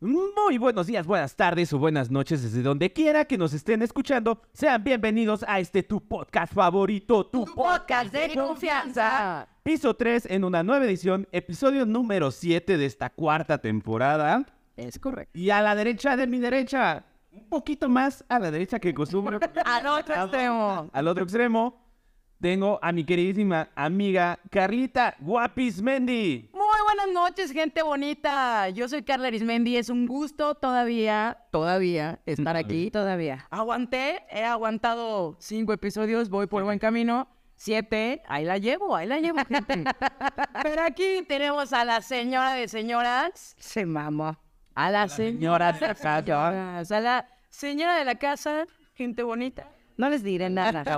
Muy buenos días, buenas tardes o buenas noches desde donde quiera que nos estén escuchando. Sean bienvenidos a este tu podcast favorito, tu, podcast de confianza. piso 3 en una nueva edición, episodio número 7 de esta cuarta temporada. Es correcto. Y a la derecha de mi derecha, un poquito más a la derecha que de costumbre, Al otro extremo. al otro extremo, tengo a mi queridísima amiga Carlita Guapismendi. Muy buenas noches, gente bonita. Yo soy Carla Arismendi. Es un gusto todavía, todavía estar aquí. Todavía. Aguanté, he aguantado cinco episodios, voy por buen camino. Siete, ahí la llevo, ahí la llevo, gente. Pero aquí tenemos a la señora de señoras, Se mamó. a la señora de señoras, a la señora de la casa, gente bonita. No les diré nada.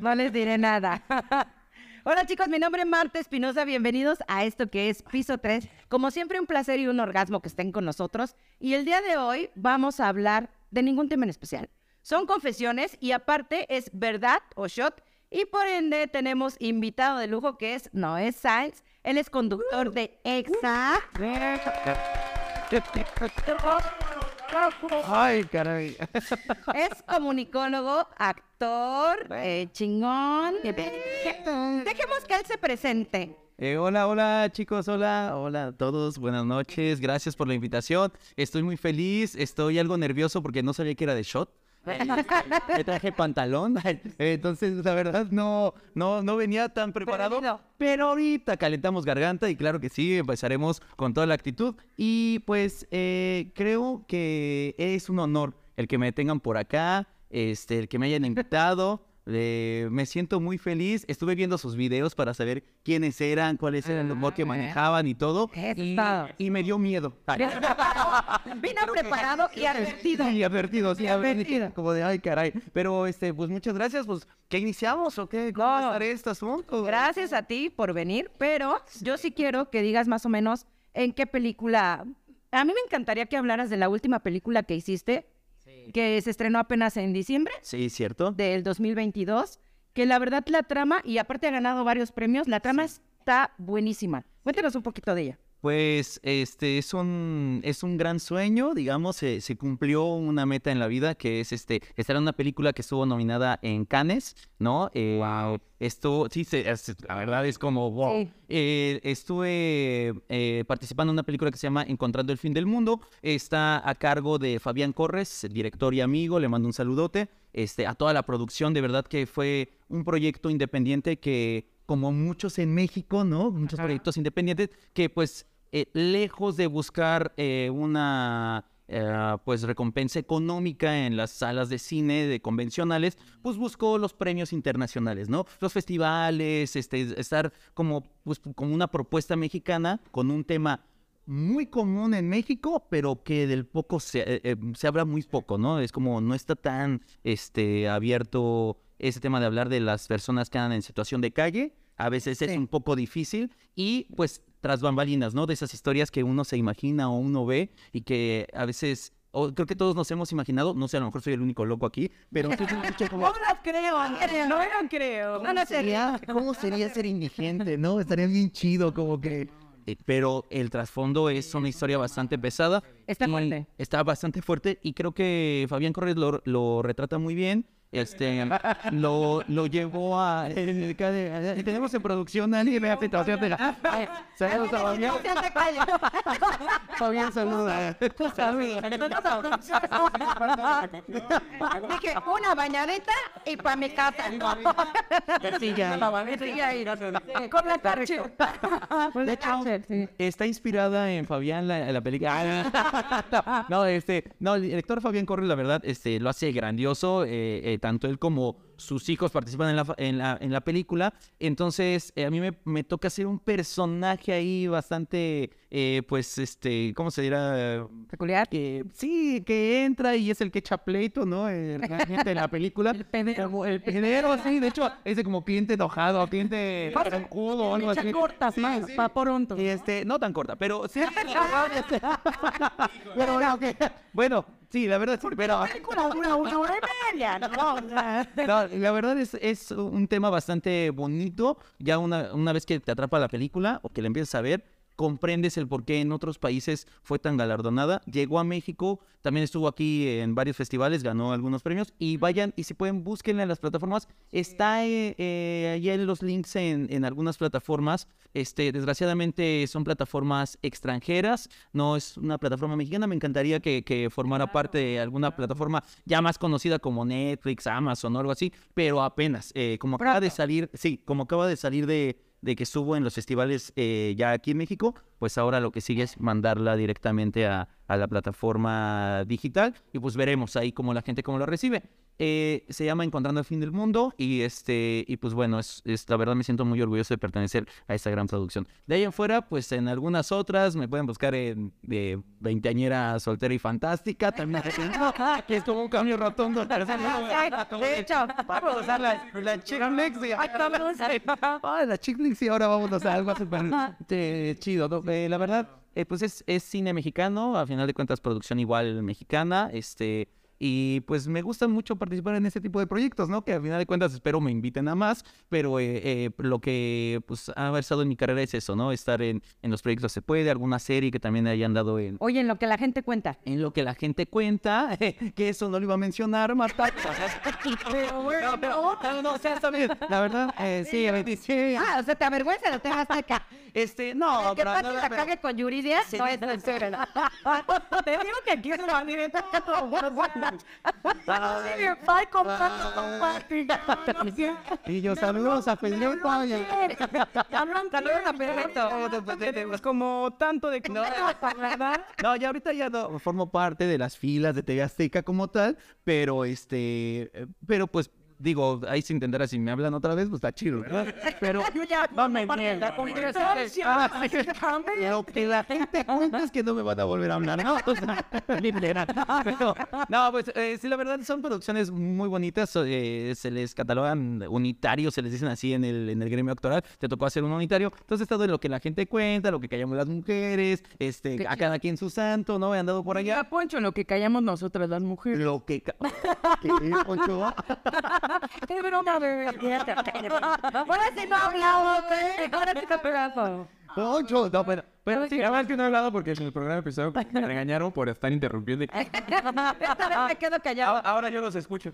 No les diré nada. Hola chicos, mi nombre es Marta Espinosa. Bienvenidos a esto que es Piso 3. Como siempre, un placer y un orgasmo que estén con nosotros. Y el día de hoy vamos a hablar de ningún tema en especial. Son confesiones y aparte es verdad o shot. Y por ende tenemos invitado de lujo que es Noé Sainz. Él es conductor de EXA. Ay, caray. Es comunicólogo, actor, eh, chingón. Dejemos que él se presente. Eh, hola, hola chicos, hola, hola a todos, buenas noches, gracias por la invitación. Estoy muy feliz, estoy algo nervioso porque no sabía que era de shot. Eh, Me traje pantalón, eh, entonces la verdad no, no, no venía tan preparado. Prevenido. Pero ahorita calentamos garganta y claro que sí, empezaremos con toda la actitud. Y pues eh, creo que es un honor el que me tengan por acá, este, el que me hayan invitado. Eh, me siento muy feliz. Estuve viendo sus videos para saber quiénes eran, cuáles eran el Ah, humor que eh. manejaban y todo. Y, Eso. y me dio miedo. Ay, Vino preparado y advertido. Sí, advertido, sí, advertido. Como de, ay, caray. Pero, este, pues muchas gracias. Pues, ¿qué iniciamos o qué? ¿Cómo va a estar este asunto? Gracias a ti por venir, pero yo sí quiero que digas más o menos en qué película. A mí me encantaría que hablaras de la última película que hiciste, que se estrenó apenas en diciembre Sí, cierto. del 2022, que la verdad la trama, y aparte ha ganado varios premios, la trama está buenísima. Cuéntanos un poquito de ella. Pues este es un, es un gran sueño, digamos, se, se cumplió una meta en la vida que es este, estar en una película que estuvo nominada en Cannes, ¿no? wow. Esto, sí, se- es- la verdad es como, wow. Sí. Eh, estuve eh, participando en una película que se llama Encontrando el fin del mundo, está a cargo de Fabián Corres, director y amigo, le mando un saludote, este, a toda la producción, de verdad que fue un proyecto independiente que como muchos en México, ¿no? Muchos proyectos independientes que pues eh, lejos de buscar eh, una eh, pues recompensa económica en las salas de cine de convencionales, pues buscó los premios internacionales, ¿no? Los festivales, este, estar como pues, como una propuesta mexicana con un tema muy común en México, pero que del poco se, eh, eh, se habla muy poco, ¿no? Es como no está tan este, abierto ese tema de hablar de las personas que andan en situación de calle. A veces es un poco difícil y pues tras bambalinas, ¿no? De esas historias que uno se imagina o uno ve y que a veces, o creo que todos nos hemos imaginado, no sé, a lo mejor soy el único loco aquí, pero sí hemos dicho como, No, no creo. Ah, No, no sé. sería- ¿Cómo sería ser indigente? No, estaría bien chido, como que. Eh, Pero el trasfondo es una historia bastante pesada. Está y fuerte. Está bastante fuerte y creo que Fabián Corres lo, lo retrata muy bien. Este, lo, lo llevó a... eh, Tenemos en producción a alguien, vea, situación de la- Saludos a Fabián. Fabián, saluda. Dije, una bañadita y pa' mi casa. Con la Pues tarde. De hecho, está inspirada en Fabián la, la película. Ah, no. No, este, no, el director Fabián Corre, la verdad, este, lo hace grandioso, eh, eh, tanto él como sus hijos participan en la, fa- en la, en la película. Entonces, eh, a mí me, me toca ser un personaje ahí bastante, eh, pues, este, ¿cómo se dirá? Peculiar. que sí, que entra y es el que echa pleito, ¿no? Eh, realmente en la película. el pedero. El pedero, sí. De hecho, es de como cliente enojado, cliente zancudo o algo así. cortas Sí, más, sí. pa' pronto. Y este, no tan corta, pero sí. pero bueno, ok. bueno, sí, la verdad es pero Una, una hora y media, ¿no? O sea, no, la verdad es, es un tema bastante bonito. Ya una, una vez que te atrapa la película o que la empiezas a ver, comprendes el por qué en otros países fue tan galardonada. Llegó a México, también estuvo aquí en varios festivales, ganó algunos premios. Y vayan, y si pueden, búsquenla en las plataformas. Está eh, eh, ahí en los links en, en algunas plataformas. Este, desgraciadamente son plataformas extranjeras, no es una plataforma mexicana. Me encantaría que, que formara parte de alguna plataforma ya más conocida como Netflix, Amazon o algo así, pero apenas, eh, como acaba de salir, sí, como acaba de salir de, de que estuvo en los festivales eh, ya aquí en México, pues ahora lo que sigue es mandarla directamente a, a la plataforma digital y pues veremos ahí cómo la gente cómo lo recibe. Eh, se llama Encontrando el fin del mundo y este y pues bueno, es, es- la verdad me siento muy orgulloso de pertenecer a esta gran producción. De ahí en fuera, pues en algunas otras me pueden buscar en de veinteañera soltera y fantástica, también que es como un cambio rotondo. la verdad, no, como De que- hecho, ah, Vamos a usar la, la chick flicks y Ah, la chick flicks y ahora vamos a hacer algo súper eh, chido. ¿no? Eh, la verdad, eh, pues es, es cine mexicano, a final de cuentas producción igual mexicana, este... Y pues me gusta mucho participar en este tipo de proyectos, ¿no? Que a final de cuentas espero me inviten a más, pero eh, eh, lo que pues ha versado en mi carrera es eso, ¿no? Estar en, en los proyectos se puede, alguna serie que también hayan dado en, oye, en lo que la gente cuenta. en lo que la gente cuenta, que eso no lo iba a mencionar, Marta. pero bueno, no, no, no, o sea, está bien. La verdad, eh, sí, a ver, sí. Ah, o sea, te avergüenza, lo te vas acá. Este, no, ¿Qué pero, pasa no, si la pero- cague con Yuridia? No es en serio. Te digo que aquí es la directa. Y yo saludos a Pedro Paya. como tanto de... No, ¿verdad? No, ya ahorita ya no formo parte de las filas de TV Azteca como tal, pero este, eh, pero pues digo, ahí se intentará si me hablan otra vez, pues está chido, ¿verdad? Pero no me mientas. Ah, sí. Lo que la gente cuenta es que no me van a volver a hablar, ¿no? O sea, literal. Pero, no, pues eh, sí, la verdad son producciones muy bonitas. so- eh, se les catalogan unitarios, se les dicen así en el, en el gremio actoral. Te tocó hacer un unitario. Entonces, todo lo que la gente cuenta, lo que callamos las mujeres, este, a cada quien su santo, ¿no? He andado por allá. Ya, Poncho, en lo que callamos nosotras las mujeres. Lo que. ca- ¿Qué, Poncho? Es broma, bebé. Ahora sí no hablamos, ¿eh? Ahora sí te pegazo. Poncho, no, pero. Pero sí, la verdad es que no he hablado porque en el programa episodio me regañaron por estar interrumpiendo. y- Esta vez me quedo Ahora, callado. ahora yo los escucho.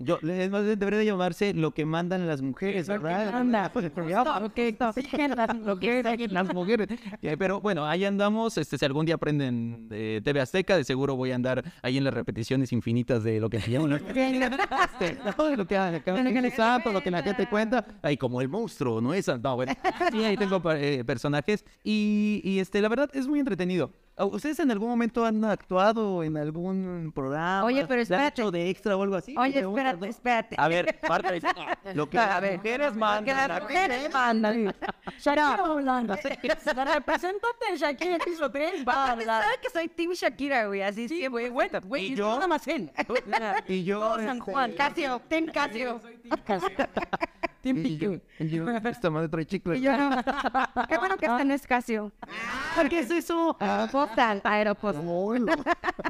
Yo, es más, debería de llamarse lo que mandan las mujeres, ¿verdad? Anda, pues, pero ya- Lo que es aquí, las mujeres. Eh, Pero bueno, ahí andamos. Este, si algún día aprenden de TV Azteca, de seguro voy a andar ahí en las repeticiones infinitas de lo que se llama. Este, no, de lo que de cada quien es santo, lo que la gente cuenta. Ay, como el monstruo, ¿no es? No, bueno. Sí, ahí tengo pa- eh, personajes. Y, y, este, la verdad es muy entretenido. ¿A ¿Ustedes en algún momento han actuado en algún programa? Oye, pero ¿Le han espérate. hecho de extra o algo así? Oye, Pregunta, espérate, ¿no? espérate. A ver, parte de- lo que A las ver. mujeres Que mandan. las mujeres mandan. Shut up. Preséntate, Shakira, piso tres, Ah, va a hablar. ¿Sabes que soy Team Shakira, güey? Así sí, güey, güey. Güey, pues, ¿Y es yo? nada más él. Y yo, San este, Juan, Casio, Team Casio. Team Y yo, PQ. y yo, esta madre trae chicle. Qué bueno que este no es Casio. ¿Qué es eso? Postal, aeropostal.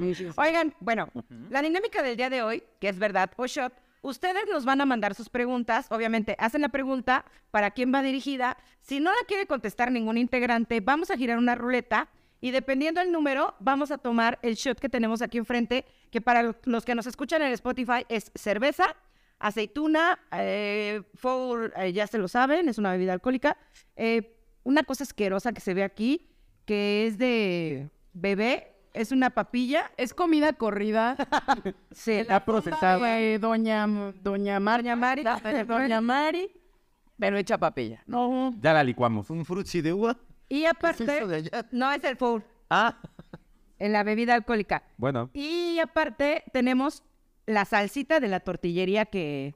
Muchísimo. Oigan, bueno, la dinámica del día de hoy, que es verdad o shot, ustedes nos van a mandar sus preguntas. Obviamente, hacen la pregunta para quién va dirigida. Si no la quiere contestar ningún integrante, vamos a girar una ruleta y dependiendo del número, vamos a tomar el shot que tenemos aquí enfrente, que para lo- los que nos escuchan en Spotify es cerveza, aceituna, eh, four, eh, ya se lo saben, es una bebida alcohólica. Eh, una cosa asquerosa que se ve aquí, que es de bebé, es una papilla. Es comida corrida. Se la La procesada. doña, doña Mari. Doña Mari. Doña Mari. Pero hecha papilla. No. Ya la licuamos. ¿Un frutzi de uva? Y ¿Qué es eso de aparte, allá? no es el food, Ah, en la bebida alcohólica. Bueno, Y aparte tenemos la salsita de la tortillería que...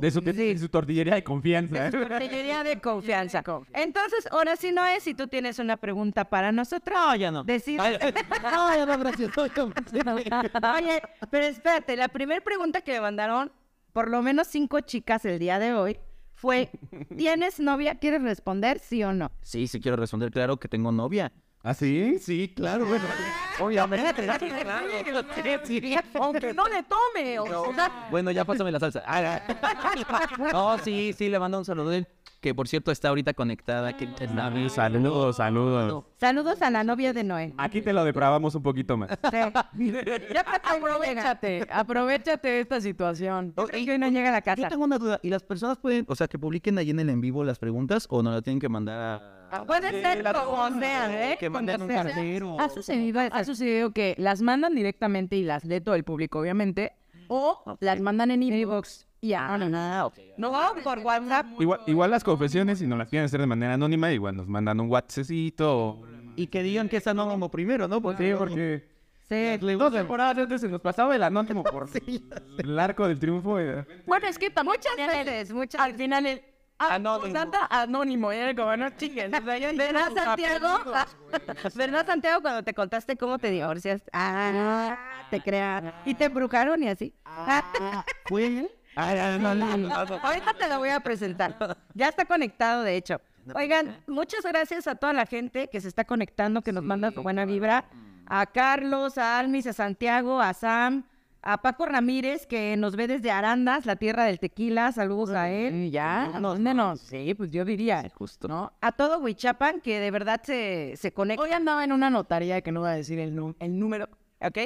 De su, de su tortillería de confianza. ¿eh? Tortillería de confianza. Entonces, ahora sí, no es si tú tienes una pregunta para nosotros. No, ya no. Decir... Ay, no, gracias. no, no, gracias. Oye, pero espérate, la primera pregunta que me mandaron, por lo menos cinco chicas el día de hoy, fue, ¿tienes novia? ¿Quieres responder sí o no? Sí, sí quiero responder, claro que tengo novia. ¿Ah, sí? Sí, claro, bueno. Obviamente. Aunque no le tome. o- o sea, Bueno, ya pásame la salsa. Ah, ah. No, sí, sí, le mando un saludo. Que por cierto está ahorita conectada. Que está bien. Saludos, saludos. Saludos a la novia de Noé. Aquí te lo depravamos un poquito más. Sí. Ya pasó, llega. aprovechate, aprovechate de esta situación. Yo creo que hoy no llega a la Yo casa. tengo una duda. ¿Y las personas pueden, o sea, que publiquen ahí en el en vivo las preguntas o no la tienen que mandar a... Ah, Puede ser como sean, ¿eh? Que manden un Como sea. cartero. Ha sucedido, ha sucedido que las mandan directamente y las lee todo el público, obviamente, o las mandan en inbox. Ya, Ah, no, no, No, por WhatsApp. Igual, igual las confesiones, si no las quieren hacer de manera anónima, igual nos mandan un WhatsAppcito. Y que digan que es anónimo primero, ¿no? Porque Sí, porque Sí. dos temporadas antes se nos pasaba el anónimo por el arco del triunfo. eh. Bueno, es que también Muchas veces, muchas al final el anónimo. Ah, pues anónimo, era como no chingues. O sea, yo ¿Verdad, Santiago? ¿Verdad, Santiago, cuando te contaste cómo te divorcias? Ah, te crean. Y te embrujaron y así. Ah. ¿Fue él? Ahorita te lo voy a presentar. Ya está conectado, de hecho. Oigan, muchas gracias a toda la gente que se está conectando, que nos manda su buena vibra. A Carlos, a Almis, a Santiago, a Sam, a Paco Ramírez, que nos ve desde Arandas, la tierra del tequila. Saludos a él. Ya, no, no, no, sí, pues yo diría. Justo. ¿no? A todo Huichapan, que de verdad se, se conecta. Hoy andaba en una notaría que no voy a decir el, nu- el número, ¿ok?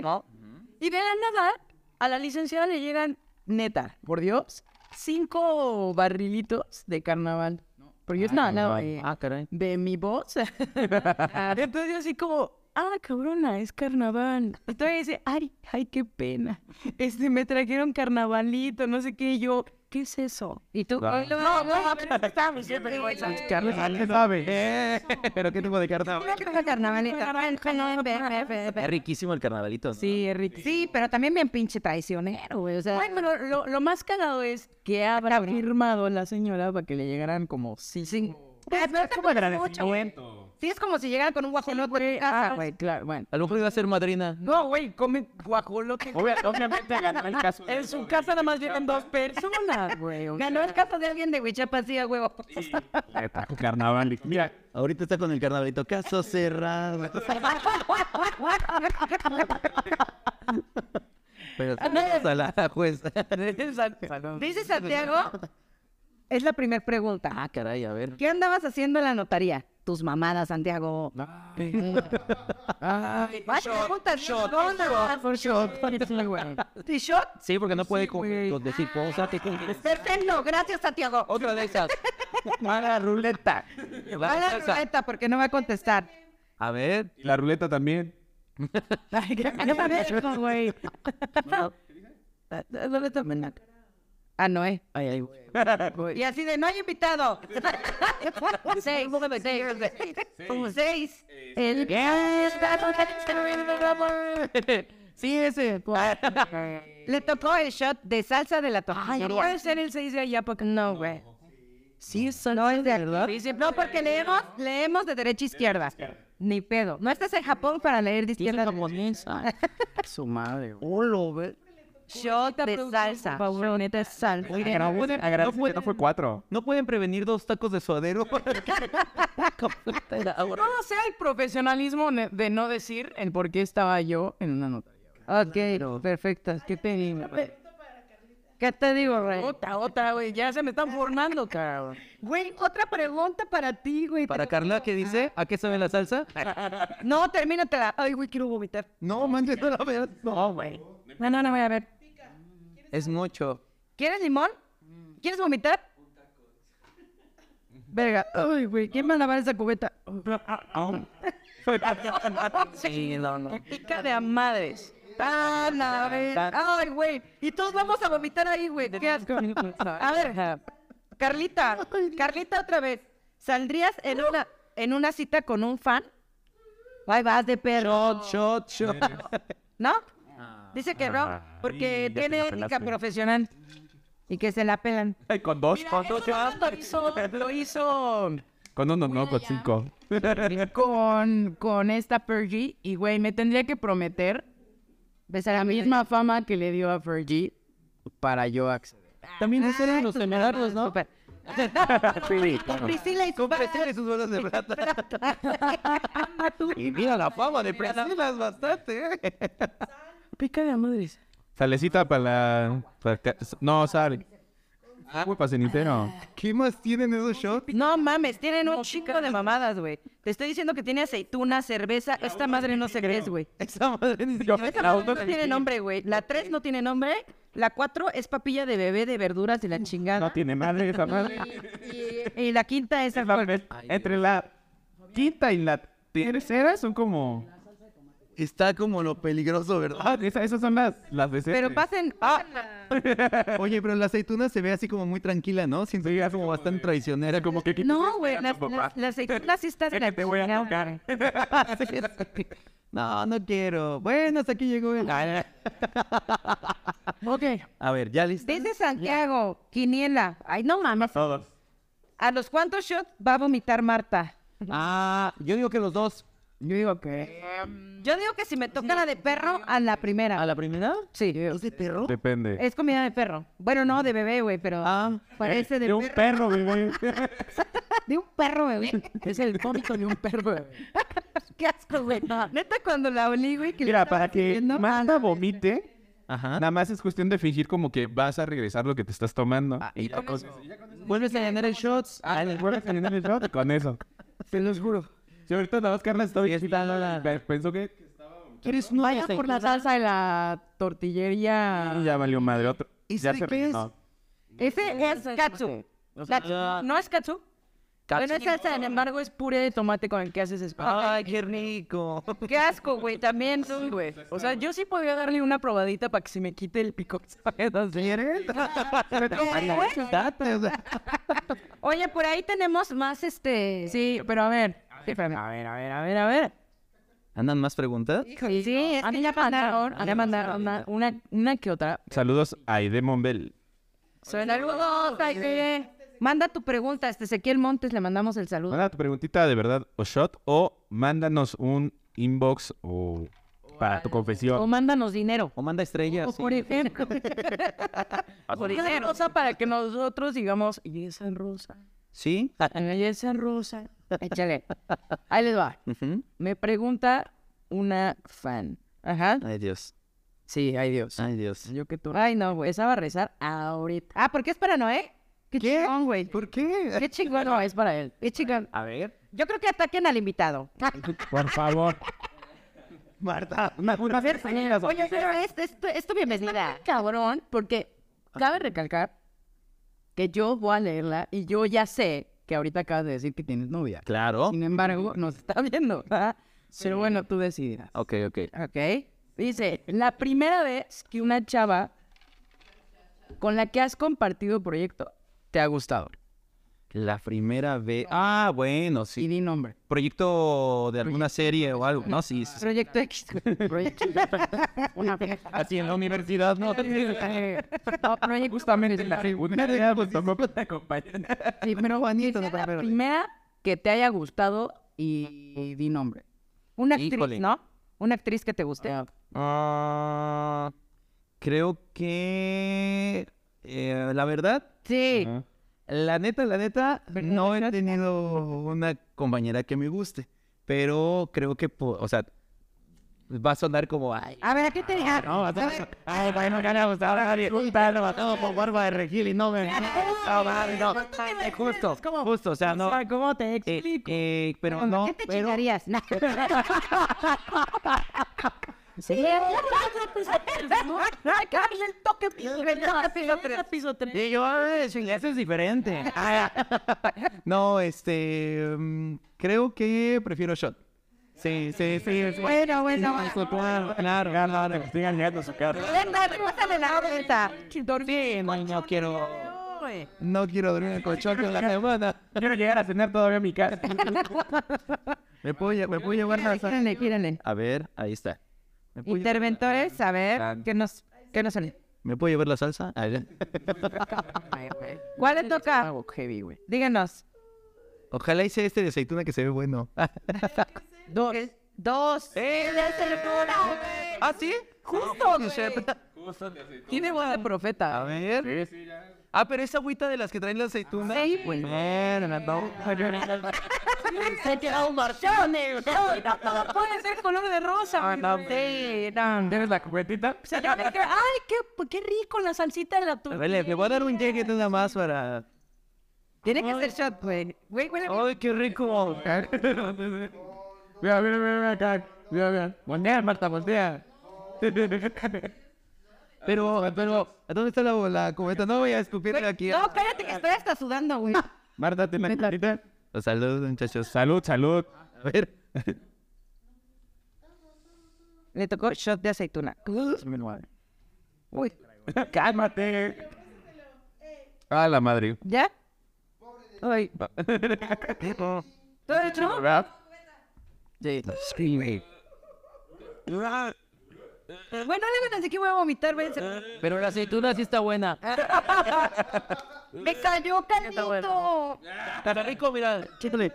Y de la nada, a la licenciada le llegan, neta, por Dios, cinco barrilitos de carnaval. Porque eh, yo estaba al lado de, Ah, caray. de mi voz. Entonces yo así como, ah, cabrona, es carnaval. Y todavía dice, ay, ay, qué pena. Este, me trajeron carnavalito, no sé qué, y yo, ¿qué es eso? ¿Y tú? Ah. Hoy lo- no, Carlos, ¿qué sabe? Eh, pero qué tipo de carta. Es riquísimo el carnavalito, ¿no? Sí, es rico. Sí, pero también bien pinche traicionero, güey. O sea, Bueno, pero lo, lo más cagado es que habrá firmado la señora para que le llegaran como sí, sí. es como Sí, es como si llegara con un guajolote. Ah, güey, claro, bueno. A lo mejor iba a ser madrina. No, güey, come guajolote. Obvia- obviamente ganó el caso. En su casa nada más llegan dos personas, güey. o sea, Ganó el caso de alguien de Huichapa, sí, a huevo. Eh, Paco Carnaval. Mira, Ahorita está con el carnavalito. Caso cerrado. Pero Ah, saludos a la jueza. Dice Santiago, Pues, es la primera pregunta. Ah, caray, a ver. ¿Qué andabas haciendo en la notaría? Tus mamadas, Santiago. Mm. Ay, preguntas chingonas. sí, güey. ¿Y shot? Ah, Sí, porque no puede Sí, con- güey. con decir cosas. te- Perfecto, gracias, Santiago. Otra de esas. a la ruleta. A la ruleta, porque no va a contestar. A ver. Y la ruleta también. Ay, qué pendejo, güey. No le tomen la cara. Ah, no, eh. Ay, ay, güey. Y así de, no hay invitado. seis. Seis. Este, Seis. El- Sí, ese. Le tocó el shot de salsa de la tortilla. Puede ser el 6 de allá porque No, güey. Sí, eso no es de verdad. No, porque leemos, leemos de derecha a izquierda. Ni pedo. No estás en Japón para leer de izquierda a derecha. su madre, güey. Shot de salsa. favor, neta, sal. No pueden- no fue, no fue cuatro. ¿No pueden prevenir dos tacos de suadero? No sea el profesionalismo ne- de no decir el por qué estaba yo en una nota. Ok, perfecto. ¿Qué te digo, güey? ¿Qué te digo, Rey? Otra, otra, güey. Ya se me están formando, cabrón. Güey, otra pregunta para ti, güey. Para Carla, ¿qué dice? ¿A qué sabe la salsa? No, termínatela. Ay, güey, quiero vomitar. No, manches, no la veas. No, güey. No, no, no, voy a ver. Es mucho. ¿Quieres limón? ¿Quieres vomitar? Verga. Ay, güey, ¿quién va a lavar esa cubeta? Sí, no, no. Pica de a madres. Ah, la ver- Ay, güey. Y todos vamos a vomitar ahí, güey. Qué asco. A ver, Carlita. Carlita, otra vez. ¿Saldrías en una, en una cita con un fan? Ay, vas de perro. Shot, shot, shot. ¿No? Dice que no, porque Ay, ya te tiene la ética pelaste. profesional y que se la pelan. Ay, con dos, con dos. Lo hizo, lo hizo Con uno, no, con cinco. con, con esta Fergie. Y, güey, me tendría que prometer Besar a la mí. misma fama que le dio a Fergie para yo acceder. También Ah, desearon los tus temerarios, ¿no? Súper. Con Priscila y su Priscila y sus bolas de plata. y mira la fama de Priscila es bastante. ¿eh? Pica de madres. Salecita para la. para que- No, sale. Ah. Agua para cenitero. ¿Qué más tienen esos shots? No mames, tienen un chico de mamadas, güey. Te estoy diciendo que tiene aceituna, cerveza. Esta madre no se cree, güey. Esa madre ni Yo- siquiera- Esta La madre uno no es tiene difícil. nombre, güey. La 3 no tiene nombre. La 4 es papilla de bebé de verduras y la No chingada. tiene madre esa madre. Y la quinta es alfajor. Entre la quinta y la tercera son como. Está como lo peligroso, ¿verdad? Ah, esa- esas son las, las veces. Pero pasen. ah, pasen la- Oye, pero la aceituna se ve así como muy tranquila, ¿no? Siento que es como bastante traicionera, como que... No, güey. las- las- La aceituna sí está de la Te voy a chingada. tocar. No, no quiero. Bueno, hasta aquí llegó el... Ok. A ver, ya listo. Dice Santiago, Quiniela. Ay, no mames. Todos. ¿A los cuántos shots va a vomitar Marta? Ah, yo digo que los dos. Yo digo que. Yo digo que si me toca la de perro, a la primera. ¿A la primera? Sí. ¿Es de perro? Depende. Es comida de perro. Bueno, no, de bebé, güey, pero Ah, parece de, De un perro, perro. bebé. De un perro, bebé. Es el cómico de un perro. bebé. Qué asco, güey. Neta, cuando la olí, güey, que Mira, para que Manda vomite, ajá. nada más es cuestión de fingir como que vas a regresar lo que te estás tomando. Ah, y ya con- Vuelves a ganar el shots. Ah, ¿les vuelves a llenar el shot? Con eso. Te los juro. Si ahorita nada más Carla está bien. está, no, la- Pensó que ¿Quieres una Vaya por la salsa de la tortillería. ya valió madre otro. ¿Y ya este se qué re- es? no. Ese es katsu. Katsu. ¿No es katsu? Bueno, es salsa, sin embargo, es puré de tomate con el que haces espagueti. Ay, qué rico. Qué asco, güey, también. tú, güey. O sea, yo sí podría darle una probadita para que se me quite el pico. ¿sabes? O sea, Oye, por ahí tenemos más, este... Sí, pero a ver. espérame, A ver, a ver, a ver, a ver. ¿Andan más preguntas? Sí, es A que mí ya mandaron, a mí ya ya mandaron una, una, una que otra. Saludos a Aide Monbel. Suena algo. ay, sí. Manda tu pregunta, este Ezequiel Montes, le mandamos el saludo. Manda tu preguntita de verdad o shot o mándanos un inbox o para tu O confesión. mándanos dinero. ¿O manda estrellas? sí. Por ejemplo. Por Una ejemplo. rosa para que nosotros digamos, y esa rosa, ¿Sí? y esa rosa. Échale. Ahí les va. Ujú. Me pregunta una fan. Ajá. Ay, Dios. Sí, ay Dios. Ay, Dios. Yo que tú. Ay, no, güey. Esa va a rezar ahorita. Ah, porque es para Noé. Qué, chingón, güey. ¿Por qué? Qué chingón, No, no, es para él. Qué chingón. A ver. Yo creo que ataquen al invitado. Por favor. Marta. Oye, pero esto es, tu- es tu bienvenida. Cabrón, porque cabe recalcar que yo voy a leerla y yo ya sé que ahorita acabas de decir que tienes novia. Claro. Sin embargo, nos está viendo, ¿verdad? Pero bueno, tú decidirás. Ok, ok. Ok. Dice, la primera vez que una chava con la que has compartido proyecto te ha gustado. La primera vez. Ah, bueno, Y sí. di nombre. Proyecto de alguna serie o algo. No, sí. sí, sí. Proyecto X. Proyecto. una vez. Así en la universidad, ¿no? No, proyecto. Justamente en la secundaria, pues tampoco te acompañan. Sí, pero Juanito, no, la primera que te haya gustado y, y di nombre. Una actriz, Híjole. ¿no? Una actriz que te guste. Ah, creo que. eh, la verdad, Sí. la neta, la neta, no he tenido una compañera que me guste. Pero creo que, po- o sea, va a sonar como. Ay, A ver, ¿a qué te dejaron? no, ay bueno, ya le gustaba a por barba de regil y no me. No, mami, no. Eh, Justo, justo, o sea, no. ¿Cómo te Eh, eh, pero ¿A no, qué te pero chingarías? No. el toque piso Y yo, "Ay, sí, eso es diferente. no, este, mm, creo que prefiero shot. Sí, sí, sí. sí. Bueno, bueno, bueno. Claro, claro, claro. Sigan llegando a su casa. Venga, pásale la bolsa. Sí, no, no quiero, no quiero dormir en el colchón con la semana. Quiero llegar a cenar todavía a mi casa. Me puedo, lle- me puedo llevar la Gírenle, gírenle. A ver, ahí está. ¿Me puedo, llevar, Interventores, a ver, Tan. ¿qué nos, qué nos son? ¿Me puedo llevar la salsa? Ah, ya. ¿Cuál le toca? Algo heavy, güey. Díganos. Ojalá hice este de aceituna que se ve bueno. Dos. ¿Qué? Dos. Eh, ¿Ah, sí? Justo, Tiene voz de profeta. A ver. Ah, pero es agüita de las que traen la aceituna. Sí, güey. Puede ser color de rosa. Ah, güey. Sí, no. ¿Tienes la cubetita? O sea, yo me quedé, Ay, qué, qué rico la salsita de la A tortilla. ver, le le voy a dar un jacket nada más para. Tiene que ser shot, güey. Güey, huele bien. ¡Ay, qué rico! Mira, mira, mira acá. Mira, mira. Bondea, Marta, bondea. Pero, pero, ¿a dónde está la, la cubeta? No voy a escupirle aquí. No, espérate, que estoy hasta sudando, güey. Marta, ten la carita. Pues Saludos, muchachos. Salud, salud. A ver. Le tocó shot de aceituna. Uy, Cálmate. A la madre. ¿ya? Ay. ¿Todo hecho? Bueno, luego pensé que voy a vomitar, güey. Se- Pero la aceituna sí está buena. Me cayó canito. Está rico, mira. Chécale.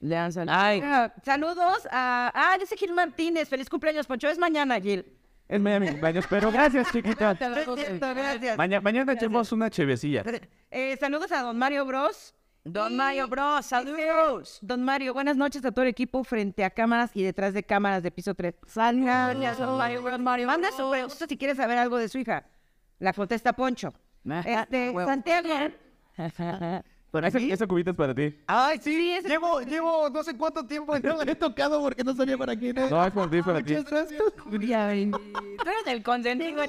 Le dan sal. Ay. Ah, Saludos a... Ah, dice Gil Martínez. Feliz cumpleaños, Poncho. Es mañana, Gil. Es Miami cumpleaños, pero gracias, chiquita. No es cierto, gracias. Maña- mañana echemos una chevecilla. Eh, saludos a don Mario Bros. Don Mario Bros, saludos. Don Mario, buenas noches a todo el equipo frente a cámaras y detrás de cámaras de piso 3. Saludos, don Mario Bros. Manda su pregunta si quieres saber algo de su hija. La contesta Poncho. Este, Huevo. Santiago. Esa, esa cubita es para ti. Ay, sí. llevo, llevo no sé cuánto tiempo y no le he tocado porque no sabía para quién era. No, es para ti, es para ti. Muchas gracias. Tú eres el consentido.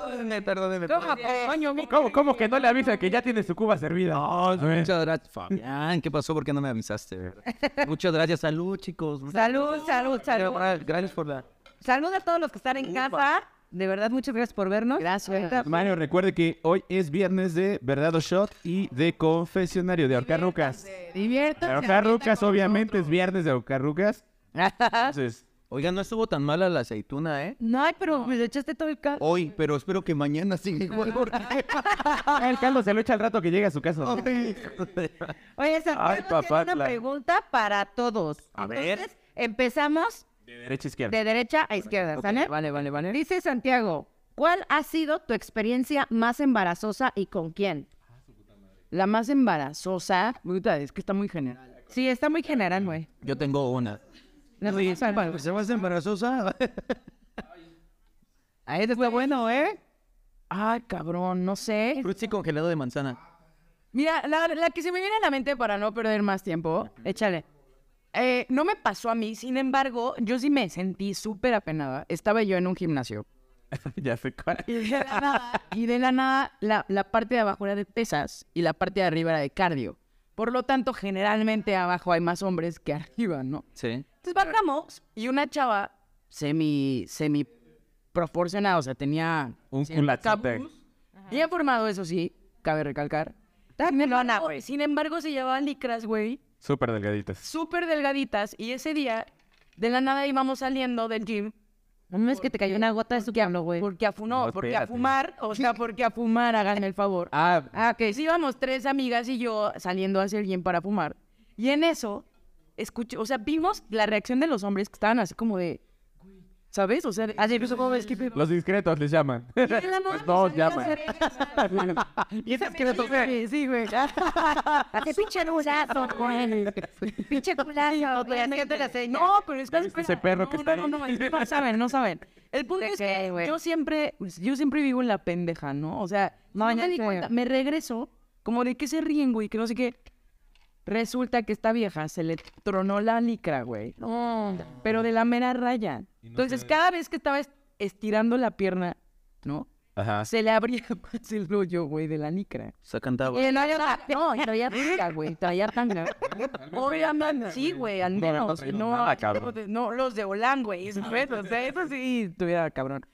Perdónenme, perdónenme. pues, ¿Cómo, cómo que no le avisa que ya tiene su cuba servida? Muchas gracias, Fabián. ¿Qué pasó? ¿Por qué no me avisaste? Muchas gracias. Salud, chicos. Salud, salud, salud. Gracias por la... Salud a todos los que están en casa. De verdad, muchas gracias por vernos. Gracias. Mario, recuerde que hoy es viernes de Verdad o Shot y de Confesionario de Ahorcarrucas. Diviértanse. Ahorcarrucas, obviamente, es viernes de Ahorcarrucas. Entonces, Oiga, no estuvo tan mala la aceituna, ¿eh? No, ay, pero me le echaste todo el caldo. Hoy, pero espero que mañana siga igual. porque- el caldo se lo echa al rato que llega a su casa. Oh. Oye, Santiago, Ay, papá, tiene una la- pregunta para todos. A ver. Entonces, empezamos De derecha a izquierda. de derecha a izquierda, ¿sale? Vale, vale, vale. Dice Santiago, ¿cuál ha sido tu experiencia más embarazosa y con quién? La más embarazosa. Puta, es que está muy general. Sí, está muy general, güey. Yo tengo una. ¿Se va a embarazosa? Ahí está bueno, ¿eh? Ay, cabrón, no sé. Frutzi congelado de manzana. Mira, la, la que se me viene a la mente para no perder más tiempo, échale. Eh, no me pasó a mí, sin embargo, yo sí me sentí súper apenada. Estaba yo en un gimnasio. ya sé cuál. Y de la nada, y de la, nada, la- la parte de abajo era de pesas y la parte de arriba era de cardio. Por lo tanto, generalmente abajo hay más hombres que arriba, ¿no? Sí. Entonces bajamos y una chava semi, semi proporcionada, o sea, tenía Un cierto culatote. cabuz, Bien formado, eso sí, cabe recalcar. Sin embargo, sin embargo, se llevaban licras, güey, Súper delgaditas. súper delgaditas. Y ese día, de la nada íbamos saliendo del gym No es que te cayó una gota de su hablo, güey. porque a, fu- no, No, porque a espérate. fumar, o sea, porque a fumar, háganme el favor. Ah, Ah, que sí íbamos tres amigas y yo saliendo hacia alguien para fumar. Y en eso, escuché, o sea, vimos la reacción de los hombres que estaban así como de, güey, ¿sabes? O sea, así pues, como ves que... los discretos les llaman. Los dos llaman. Y esas que me toqué. Sí, güey. Hace pinche nudazo, güey. Pinche culazo, güey. No, te la seña. No, pero es que... ese perro que no, está no, ahí. No, no, es que no saben, no saben. El punto ¿De es qué, que güey? yo siempre, pues, yo siempre vivo en la pendeja, ¿no? O sea, no, ya me di sé. cuenta, me regreso, como de que se ríen, güey, que no sé qué. Resulta que esta vieja se le tronó la licra, güey. No. Pero de la mera raya. Entonces, cada vez que estaba est- estirando la pierna, ¿no? Ajá. Se le abría más el hoyo, güey, de la licra. Se cantaba. Y no, yo, no, traía tanga, güey, traía tanga. Obviamente, sí, güey, al No, no menos. traía No, nada, no, cabrón. los de Holán, güey, ¿sabes? O sea, eso sí, estuviera cabrón.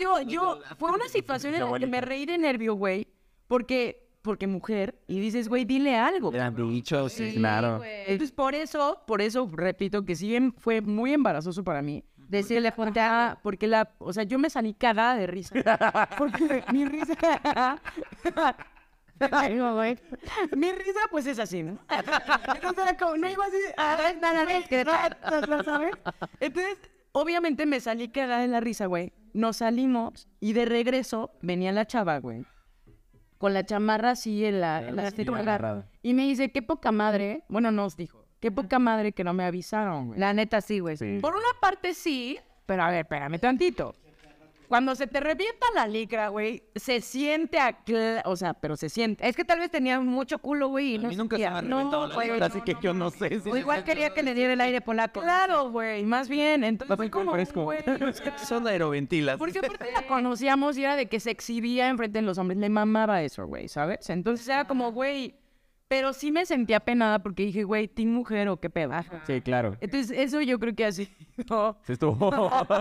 Yo, yo, fue una situación en la que me reí de nervio, güey, porque, porque mujer, y dices, güey, dile algo. Eran bichos, sí, Sí, claro. güey. Entonces, por eso, por eso, repito, que sí em- fue muy embarazoso para mí. Decirle, ponte Ah, porque la, o sea, yo me salí cagada de risa. Porque mi risa. mi risa, pues es así, ¿no? Entonces era como, no iba así. ah, ¿sabes? Entonces, obviamente me salí cagada de la risa, güey. Nos salimos y de regreso venía la chava, güey. Con la chamarra así en la, en la cintura. Y me dice, qué poca madre. Bueno, nos dijo, qué poca madre que no me avisaron, güey. La neta, sí, güey. Por una parte sí, pero a ver, espérame tantito. Cuando se te revienta la licra, güey, se siente a... cla- O sea, pero se siente. Es que tal vez tenía mucho culo, güey. y A no mí nunca se sabía. me ha No, reventado la güey, lengua, así no, que no, yo no. no sé si... O igual quería que le diera el aire polaco. Claro, güey, más bien. Entonces, Fue como, fresco. güey, o sea, Son aeroventilas. Porque aparte la conocíamos y era de que se exhibía enfrente de los hombres. Le mamaba eso, güey, ¿sabes? Entonces era como, güey... Pero sí me sentía penada porque dije, güey, ¿ti mujer o qué pedo? Sí, claro. Entonces eso yo creo que así... No, Se estuvo.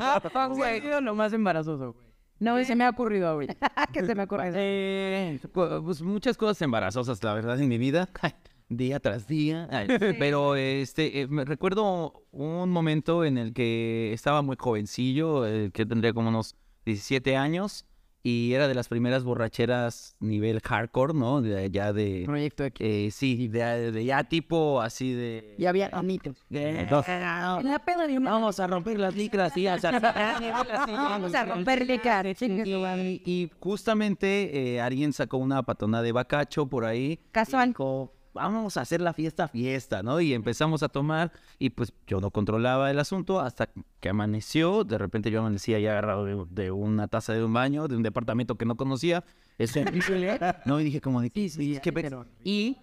ha sido lo más embarazoso, güey. No, se me ha ocurrido ahorita. que se me ocurre. Eh, cu- pues muchas cosas embarazosas, la verdad, en mi vida. Día tras día. Ay, Pero este, eh, me recuerdo un momento en el que estaba muy jovencillo, eh, que tendría como unos 17 años, y era de las primeras borracheras nivel hardcore, ¿no? De, ya de. Proyecto de eh, sí, de, de ya tipo así de. Y había anitos. Eh, Dos. La peda de una... Vamos a romper las licras, sí, o sea, Vamos a romperle cara. chingue su madre. Y, y justamente eh, alguien sacó una patona de bacacho por ahí. Casual. Y dijo, vamos a hacer la fiesta, fiesta, ¿no? Y empezamos a tomar y pues yo no controlaba el asunto hasta que amaneció. De repente yo amanecía ya agarrado de, de una taza de un baño, de un departamento que no conocía. Es horrible, no, y dije como de... Sí, sí, "Y es que sí, pe-". pero- Y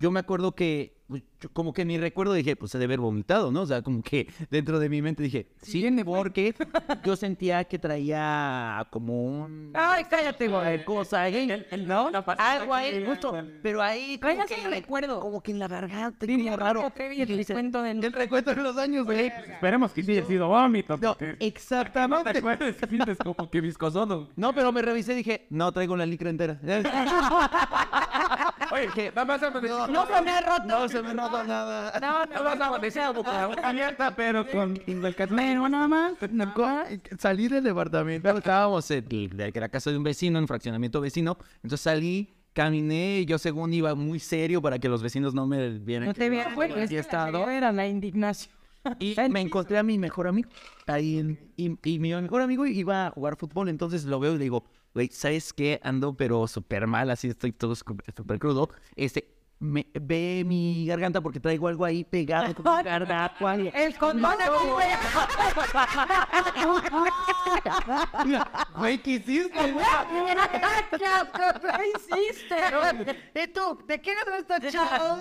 yo me acuerdo que... pues, yo como que en mi recuerdo dije, pues he de haber vomitado, ¿no? O sea, como que dentro de mi mente dije, sí, porque yo sentía que traía como un Ay, cállate, güey. cosa, ¿eh? ¿no? Algo ahí, justo. Pero ahí. como Cállate, que- yo recuerdo. Como que en la garganta. Diría como raro. Gloria Trevi, el recuento del- El recuento de los años, güey. pues Esperemos que sí haya sido vómito. No, porque- No te exactamente. acuerdas, sientes como que viscosono. No, pero me revisé y dije, no, traigo la licra entera. Oye, que Nada más antes de- no se me ha roto. No se me ha roto nada. No, no vas a amanecer, boca. Abierta, pero con Pero nada más. Salí del departamento, estábamos en la en la casa de un vecino, en fraccionamiento vecino. Entonces salí, caminé, y yo según iba muy serio para que los vecinos no me vieran. No que te pues, vean, güey, yo andaba aquí Es que estado. la era la indignación. Y me encontré a mi mejor amigo. Ahí en- y, y mi mejor amigo iba a jugar fútbol, entonces lo veo y le digo, güey, ¿sabes qué? Ando pero súper mal, así estoy todo scu- súper crudo. Este, me, ve mi garganta porque traigo algo ahí pegado. como un gargapo, algo". El condón aquí, güey. Güey, ¿qué hiciste? ¿Qué hiciste? ¿Y tú? ¿De qué nos está chavo?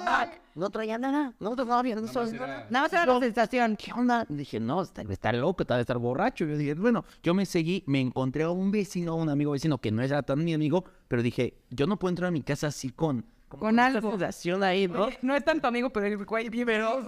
No traía nada, no estaba bien, no estaba Nada más era la sensación. ¿qué onda? Dije, no, está, está loco, está de estar borracho. Yo dije, bueno, yo me seguí, me encontré a un vecino, a un amigo vecino que no era tan mi amigo, pero dije, yo no puedo entrar a mi casa así con, como Con esa algo. sensación ahí, ¿no? Oye, No es tanto amigo, pero el güey vive veloz,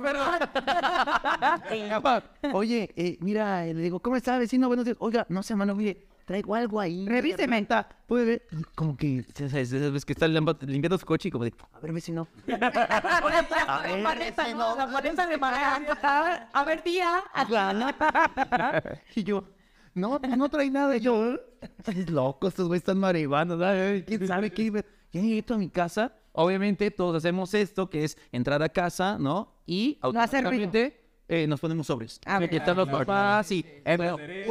Oye, eh, mira, eh, le digo, ¿cómo está, vecino? Buenos días. Oiga, no sé, mano, mire, traigo algo ahí. Revíseme. Puede ver. Y Como que, ¿sabes? esas veces que está limpa- limpiando su coche y como de, a ver, vecino. A ver, no, la maleta de Mariana. A ver, tía. Y yo, no, no trae nada. Y yo, "Eh, estás loco, estos güeyes están marihuanos. ay, ¿Quién sabe qué? Ya llegué a mi casa. Obviamente, todos hacemos esto, que es entrar a casa, ¿no? Y No hacer ruido. automáticamente eh, nos ponemos sobres. Ah, Porque están los papás y... En,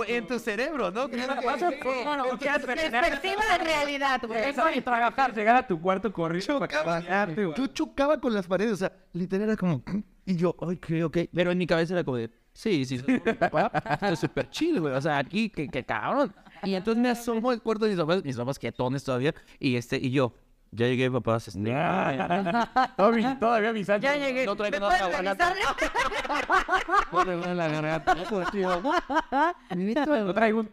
en tu cerebro, ¿no? Perspectiva de realidad, güey. trabajar, llegar a tu cuarto corriendo. Yo chocaba con las paredes, o sea, literal era como... "Mm", Y yo, ay, creo que... Pero en mi cabeza era como de... Sí, sí, sí, esto es súper chido, güey. O sea, aquí, que, que cabrón. Y entonces me asomo al cuarto de mis papás, mis papás quietones todavía. Y este, y yo, ya llegué, papás. Este, Todavía todavía mis anchos. Ya llegué. No ¿Me traigo puedes nada, la revisar? no pues, traigo la garganta. Me meto al- No traigo un.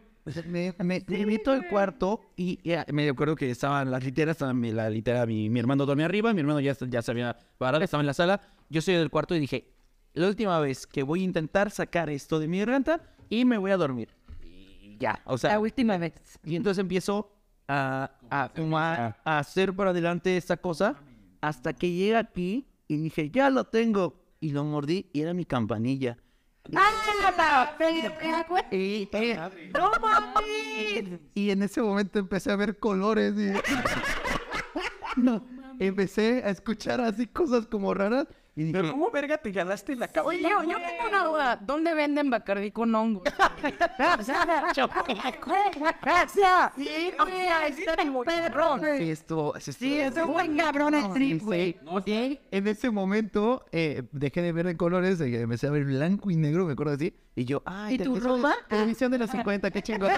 me, me, me meto al cuarto y ya, me acuerdo que estaban las literas, estaba mi, la litera, mi, mi hermano dormía arriba, mi hermano ya, se- ya se había parado, estaba en la sala, yo soy del cuarto y dije, la última vez que voy a intentar sacar esto de mi garganta y me voy a dormir. Y ya, o sea, La última vez. y entonces empiezo a, a, como a- a hacer para adelante esta cosa hasta que llegué aquí y dije, ya lo tengo. Y lo mordí y era mi campanilla. Ah, Y- ¡No mames! Y en ese momento empecé a ver colores y... No, empecé a escuchar así cosas como raras y dije, ¿Cómo verga te ganaste la cama? Oye, yo, yo tengo una duda. ¿Dónde venden Bacardí con hongos? Sí, güey, está tan perro. "Sí, esto, sí, esto- Sí, es un buen cabrón el trip, güey. En ese momento eh, dejé de ver en colores, eh, empecé a ver blanco y negro, me acuerdo así. Y yo, ay, ¿Y tu televisión de- ropa? Televisión de los 50, qué chingón.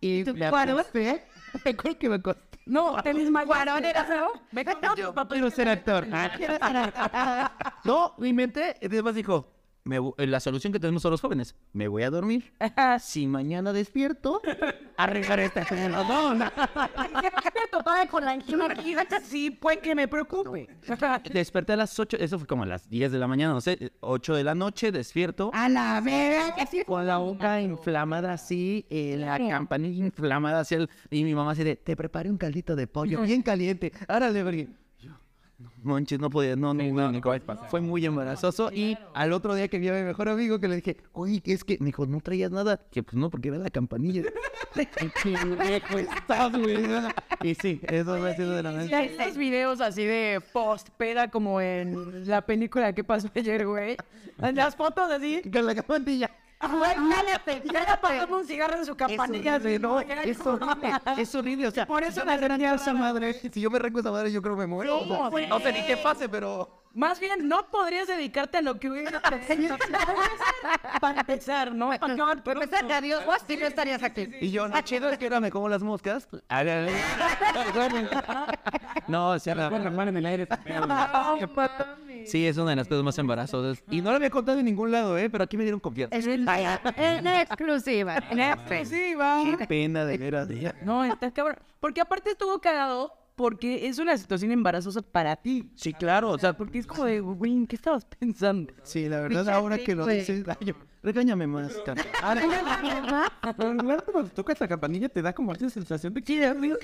y ¿Y tu me cuarón? acosté. Me acuerdo que me acosté. No, te desmayaste. Cuarón era feo. Me contó tu papá. Quiero ser actor. no, mi mente, y después dijo, me vo- eh, la solución que tenemos son los jóvenes. Me voy a dormir. si mañana despierto, arreglaré esta fenodona. con la encima aquí. Sí, puede que me preocupe. Desperté a las 8, eso fue como a las 10 de la mañana, no sé, 8 de la noche, despierto. A la verga, que sí. con la boca inflamada así, eh, la campanilla inflamada hacia el... Y mi mamá así de, te preparé un caldito de pollo bien caliente, árale, porque... Yo, no Manches, no podía, no, no, no, no, fue muy embarazoso. Y al otro día que vi a mi mejor amigo que le dije, oye, ¿qué es que? Me dijo, ¿no traías nada? Que pues no, porque era la campanilla. Pendejo estás, güey. y sí, eso me ha sido de la Y hay estos videos así de post peda como en la película que pasó ayer, güey. En Las fotos así. Con la campanilla. Güey, cállate, ya le pasamos un cigarro en su campanilla. Sí, no, es horrible, es horrible, o sea, Por eso la tenía esa madre. Si yo me arranco esa madre, yo creo que me muero. Sí, güey. no sé ni qué pase, pero. Más bien, no podrías dedicarte a lo que hubiera pensado. Para empezar, ¿no? Para acabar Pero pronto. pensar que adiós, vos sí no estarías aquí. Y yo, lo chido es que ahora me como las moscas. no, se en el aire. Sí, es una de las cosas más embarazosas. Y no lo había contado en ningún lado, ¿eh? Pero aquí me dieron confianza. Es una exclusiva. Sí, va. Qué pena de veras. No, estás cabrón. Porque aparte estuvo cagado porque es una situación embarazosa para ti. Sí, claro, o sea, Porque es como de, güey, ¿qué estabas pensando? Sí, la verdad, ahora que lo pues. dices, ay, yo- regáñame más. cara. Pero claro, cuando tocas la campanilla te da como esa sensación de que...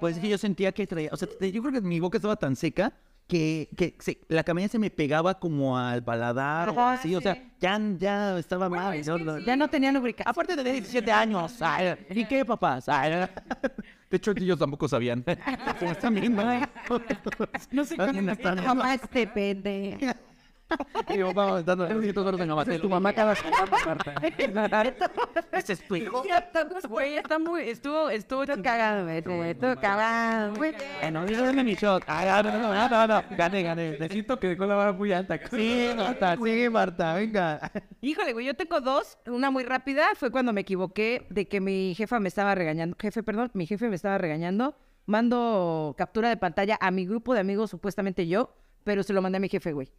Pues es que yo sentía que traía, o sea, te- yo creo que mi boca estaba tan seca que, que se- la camilla se me pegaba como al paladar o así, o sea, ya, ya estaba mal. ¿no? No- Ya no tenía lubricante. Aparte de 17 años, ay, ¿y qué papás? Ay, de hecho, ellos tampoco sabían. Pues también, ¿no? No sé Ay, no, está bien. Jamás te pende. Mi mamá dando 200 dólares a mi mamá. Tu mamá acaba Ese es tu hijo. Güey, está muy, estuvo, estuvo Cagado, güey. Tú cagado, güey. Ay, no, dame mi shot. Ay, no, no, no, no, no. Gané, gané. Siento que dejó la vara muy alta. Sí, Marta, sí, Marta, venga. Híjole, güey, yo tengo dos. Una muy rápida fue cuando me equivoqué de que mi jefa me estaba regañando. Jefe, perdón, mi jefe me estaba regañando. Mando captura de pantalla a mi grupo de amigos, supuestamente yo, pero se lo mandé a mi jefe, güey.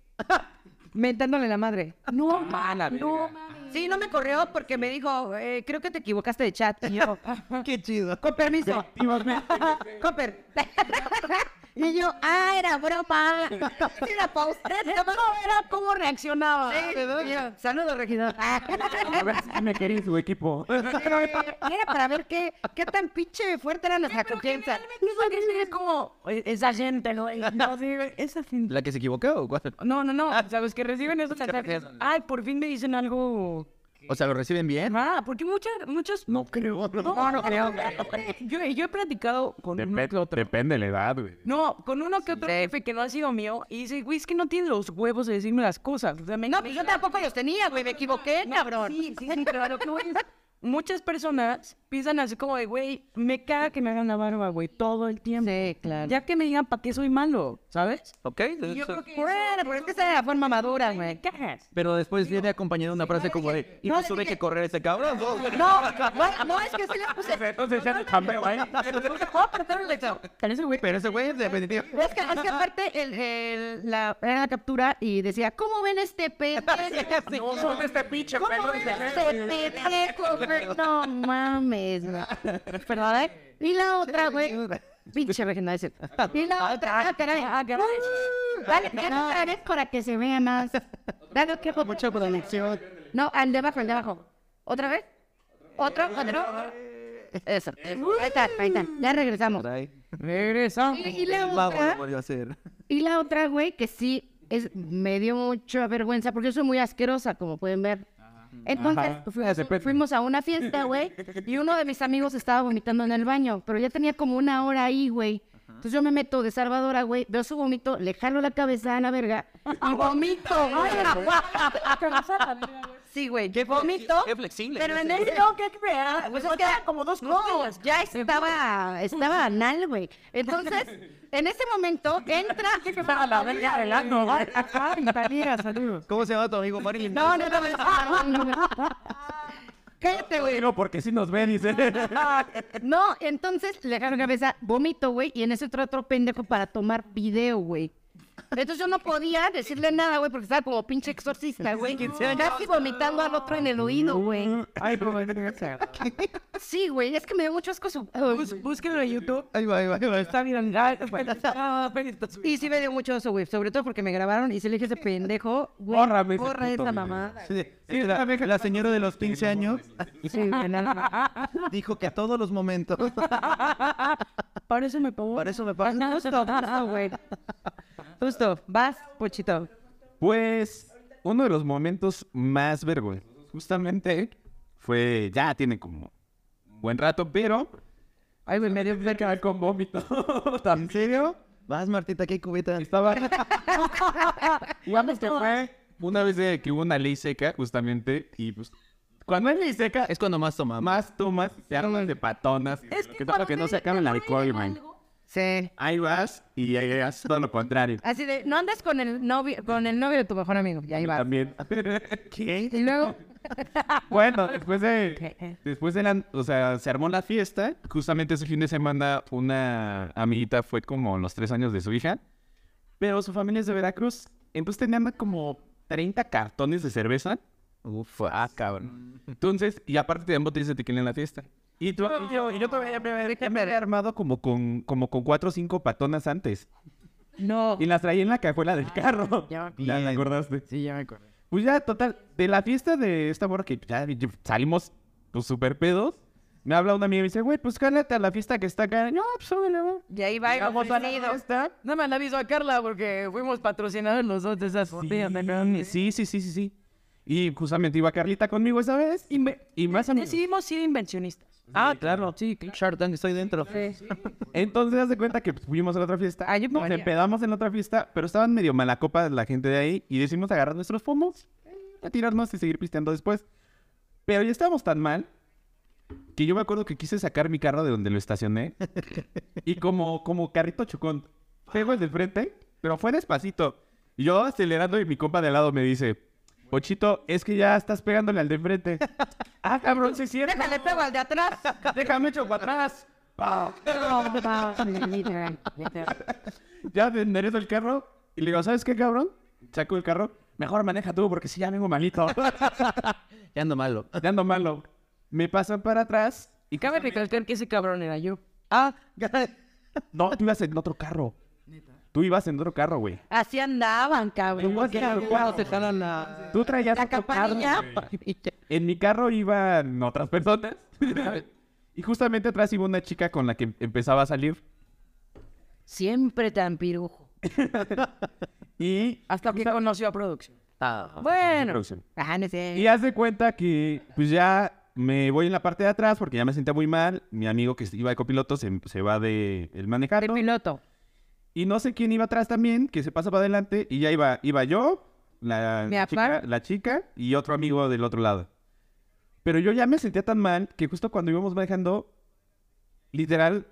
Mentándole la madre. No, mala, no, mames. Sí, no me corrió porque me dijo, eh, creo que te equivocaste de chat. Y yo, Qué chido. con permiso. Copper. y yo, ah, era broma. Era pausa. era cómo reaccionaba. Saludos, regidor. Me querés, su equipo. Era para ver qué, qué tan pinche fuerte eran las acogenzas. Es como, "Oye, esa gente, ¿no? Y no, sí, güey, esa gente. ¿La que se equivocó o cuál? No, no, Ah. no. O sea, los que reciben esos mensajes. Ay, por fin me dicen algo. O sea, ¿lo reciben bien? Ah, porque muchas, muchos. No creo. No, no creo. Yo, eh, yo he platicado con uno que otro. Depende de la edad, güey. No, con uno que otro jefe que no ha sido mío. Y dice, güey, es que no tiene los huevos de decirme las cosas. O sea, me- No, pues yo tampoco los tenía, güey. Me equivoqué, cabrón. Sí, sí, sí, pero a lo que voy es, Muchas personas piensan así como de, güey, me caga que me hagan la barba, güey, todo el tiempo. Sí, claro. Ya que me digan, ¿para qué soy malo? ¿Sabes? Ok. Bueno, pero es que esa es la forma madura, güey. Cagas. Pero después viene acompañada una frase como de, y No, no le tuve dije- que correr ese cabrón. No, bueno, no, es que sí le puse. Entonces ya no ¿eh? cambio, güey. Pero ese güey es definitivo. Es que, es que aparte el, el- la, era la captura y decía, ¿cómo ven este pendejo? Son este pinche ¿Cómo ven este pendejo, güey? No mames, güey. Perdón, ¿eh? Y la otra, güey. Pinche vecina, ese. Y la otra, ah, caray, ah, caray. Dale, dale, es para que se vea más. Dale, que Mucha conexión. No, al de abajo, al de abajo. ¿Otra vez? ¿Otro? ¿Otro? Eso. Ahí está, ahí está. Ya regresamos. Regresa. Y, y la otra, y la otra, güey, que sí es, me dio mucha vergüenza porque yo soy muy asquerosa, como pueden ver. Entonces, fu- fuimos a una fiesta, güey, y uno de mis amigos estaba vomitando en el baño, pero ya tenía como una hora ahí, güey. Entonces yo me meto de salvadora, güey, veo su vomito, le jalo la cabeza a la verga y vomito. güey. sí, güey, vomito. Qué flexible. Pero en el no, ¿qué creas? Pues es que era como dos cosas. Ya estaba, estaba anal, güey. Entonces, en ese momento entra. ¿Cómo se llama tu amigo Marilyn? No, no, no, no, no, no. Cállate, güey. No, porque si nos ven, dice. No, entonces le agarro la cabeza, vomito, güey, y en ese otro, otro pendejo para tomar video, güey. Entonces yo no podía decirle nada, güey, porque estaba como pinche exorcista, güey. Casi vomitando al otro en el oído, güey. Ay, pero Sí, güey, es que me dio mucho asco su... Búsquenlo en YouTube. Ahí va, ahí va. Está bien. Y sí me dio mucho eso, güey. Sobre todo porque me grabaron y se le dije a ese pendejo, güey. Bórrame ese Borra puto esa video. mamada. Sí, sí, la, la señora de los 15 años Sí, güey, nada más. dijo que a todos los momentos. Para eso me pongo. Para eso me pasa. Justo, justo, güey. Justo, vas, Pochito. Pues uno de los momentos más vergonzosos justamente fue, ya tiene como un buen rato, pero... Ay, me dio de quedar con vómito. ¿En serio? Vas, Martita, qué cubeta. Estaba... Digamos que fue una vez de que hubo una ley seca justamente y pues... Cuando hay ley seca, Es cuando más tomamos. más tomas, se arman de patonas. Es que, todo lo que no se acaban el alcohol, man. Sí. Ahí vas y ahí haces todo lo contrario. Así de, no andes con el novio, con el novio de tu mejor amigo. Y ahí vas. También. ¿Qué? Y luego, Bueno, después de. Después de la. O sea, se armó la fiesta. Justamente ese fin de semana, una amiguita fue como los tres años de su hija. Pero su familia es de Veracruz. Entonces tenían como 30 cartones de cerveza. Uf, ah, cabrón. Entonces, y aparte tenían botellas de tequila en la fiesta. Y, tú, y yo, y yo todavía ya me, había- ya me había armado como con, como con cuatro o cinco patonas antes. no. Y las traía en la cajuela del carro. Ya, me acordaste. Sí, ya me acordé. Pues ya, total, de la fiesta de esta morra que ya ya salimos pues súper pedos, me habla una amiga y me dice, güey, pues cálate a la fiesta que está acá. No, pues súbele, güey. Y ahí va. y ofrecido. No me la aviso a Carla porque fuimos patrocinadores los dos de esas botellas de Sí, sí, sí, sí, sí, sí. Y justamente iba Carlita conmigo esa vez y, me, y más amigos. Decidimos ser invencionistas. Ah, claro. Sí, claro. Shark Tank, estoy dentro. Entonces, haz de cuenta que pues, fuimos a la otra fiesta. Ah, yo me Nos moría. empedamos en la otra fiesta, pero estaban medio mala copa la gente de ahí y decidimos agarrar nuestros pomos, eh, a tirarnos y seguir pisteando después. Pero ya estábamos tan mal que yo me acuerdo que quise sacar mi carro de donde lo estacioné y como, como carrito chocón, pego el de frente, pero fue despacito. Y yo acelerando y mi compa de al lado me dice, Pochito, es que ya estás pegándole al de frente. ah, cabrón, sí es cierto. Déjale pego al de atrás. Déjame echo para atrás. Pa. Ay, ya me enderezo el carro y le digo, ¿sabes qué, cabrón? Saco el carro, mejor maneja tú porque si ya vengo malito, Ya ando malo. ya ando malo. Me pasan para atrás y ca- Cabe recalcar que ese cabrón era yo. Ah, No, tú ibas en otro carro. Tú ibas en otro carro, güey. Así andaban, cabrón. te jalan la... Tú traías La otro carro. campanilla. En mi carro iban otras personas. y justamente atrás iba una chica con la que empezaba a salir. Siempre tan pirujo. Y... Hasta que conoció a producción. Ah, Bueno. Ajá, Ah, no Y sé. haz de cuenta que pues ya me voy en la parte de atrás porque ya me sentía muy mal. Mi amigo que iba de copiloto se, se va de el manejar. El piloto. Y no sé quién iba atrás también, que se pasa para adelante. Y ya iba, iba yo, la, Mi chica, afar. la chica y otro amigo del otro lado. Pero yo ya me sentía tan mal que justo cuando íbamos manejando, literal,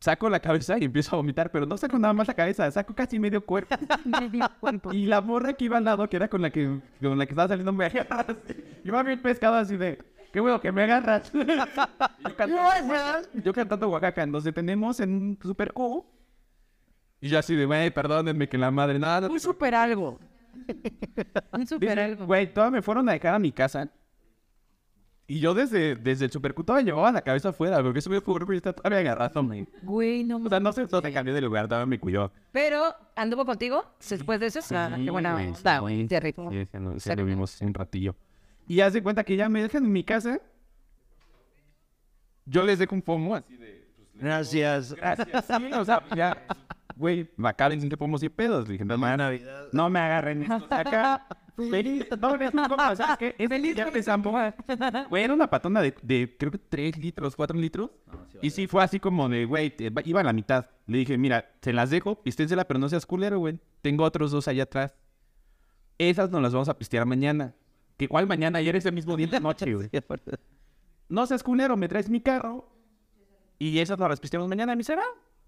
saco la cabeza y empiezo a vomitar. Pero no saco nada más la cabeza, saco casi medio cuerpo. Y la morra que iba al lado, que era con la que, con la que estaba saliendo, me agarra así. Iba bien pescado así de, qué bueno que me agarras. yo, cantando, yo cantando Oaxaca, nos detenemos en un super Q. Y yo así de, güey, perdónenme que la madre, nada. Un super algo. Un super Dice, algo. Güey, todas me fueron a dejar a mi casa. Y yo desde, desde el supercu todavía llevaba la cabeza afuera, porque eso me fue y está todavía agarrado, man. Güey, no O sea, no sé, no te cambié de lugar, todavía me cuidó. Pero, ¿anduvo contigo después de eso? Ah, qué buena güey, onda, sí, güey. güey. Qué rico. Sí, sí, no, sí, lo vimos un ratillo. Y hace cuenta que ya me dejan en mi casa. yo les dejo un FOMO así de... Gracias. Gracias. Sí, o sea, pues ya, güey, Macaren sin te pongo 100 pedos. Le dije, no, me- Navidad. no me agarren esto. Acá, feliz, no, no, no, no, o sea, que es feliz, ya empezamos. Güey, era una patona de, de, creo que 3 litros, 4 litros. y sí, fue así como de, güey, te- va- iba a la mitad. Le dije, mira, se las dejo, pisténsela, pero no seas culero, güey. Tengo otros dos allá atrás. Esas nos las vamos a pistear mañana. Que igual mañana, ayer ese mismo día de noche, güey. No seas culero, me traes mi carro. Y esas las pisteamos mañana. Y me dice, va.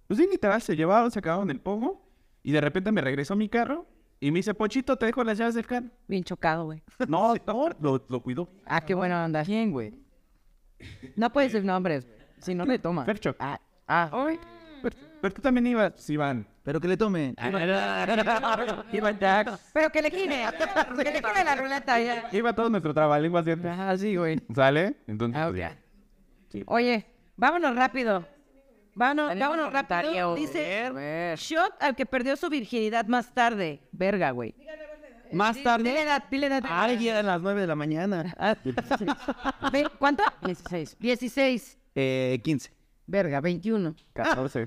Pues sí, literal, se llevaron, se acabaron el pomo. Y de repente me regresó mi carro. Y me dice, Pochito, te dejo las llaves del carro. Bien chocado, güey. No, no, lo, lo cuidó. Ah, qué buena onda. Bien, güey. No puedes decir nombres. Si no le toma. Fercho. Ah, ah. Pero, pero tú también ibas, sí, Iván. Pero que le tomen. Iba Jax. Pero que le gire. que le gire la ruleta. ya. Iba todo nuestro trabalenguas de antes. Ah, sí, güey. ¿Sale? Entonces, Ah, pues, ya. Oye, vámonos rápido. Vámonos, Tenemos vámonos rápido. comentario. Dice, A ver. shot al que perdió su virginidad más tarde. Verga, güey. Más Dile tarde. edad, dile edad. Ay, ya eran las 9 de la mañana. Ve, ¿Cuánto? 16. 16. Eh, 15. Verga, 21. 14.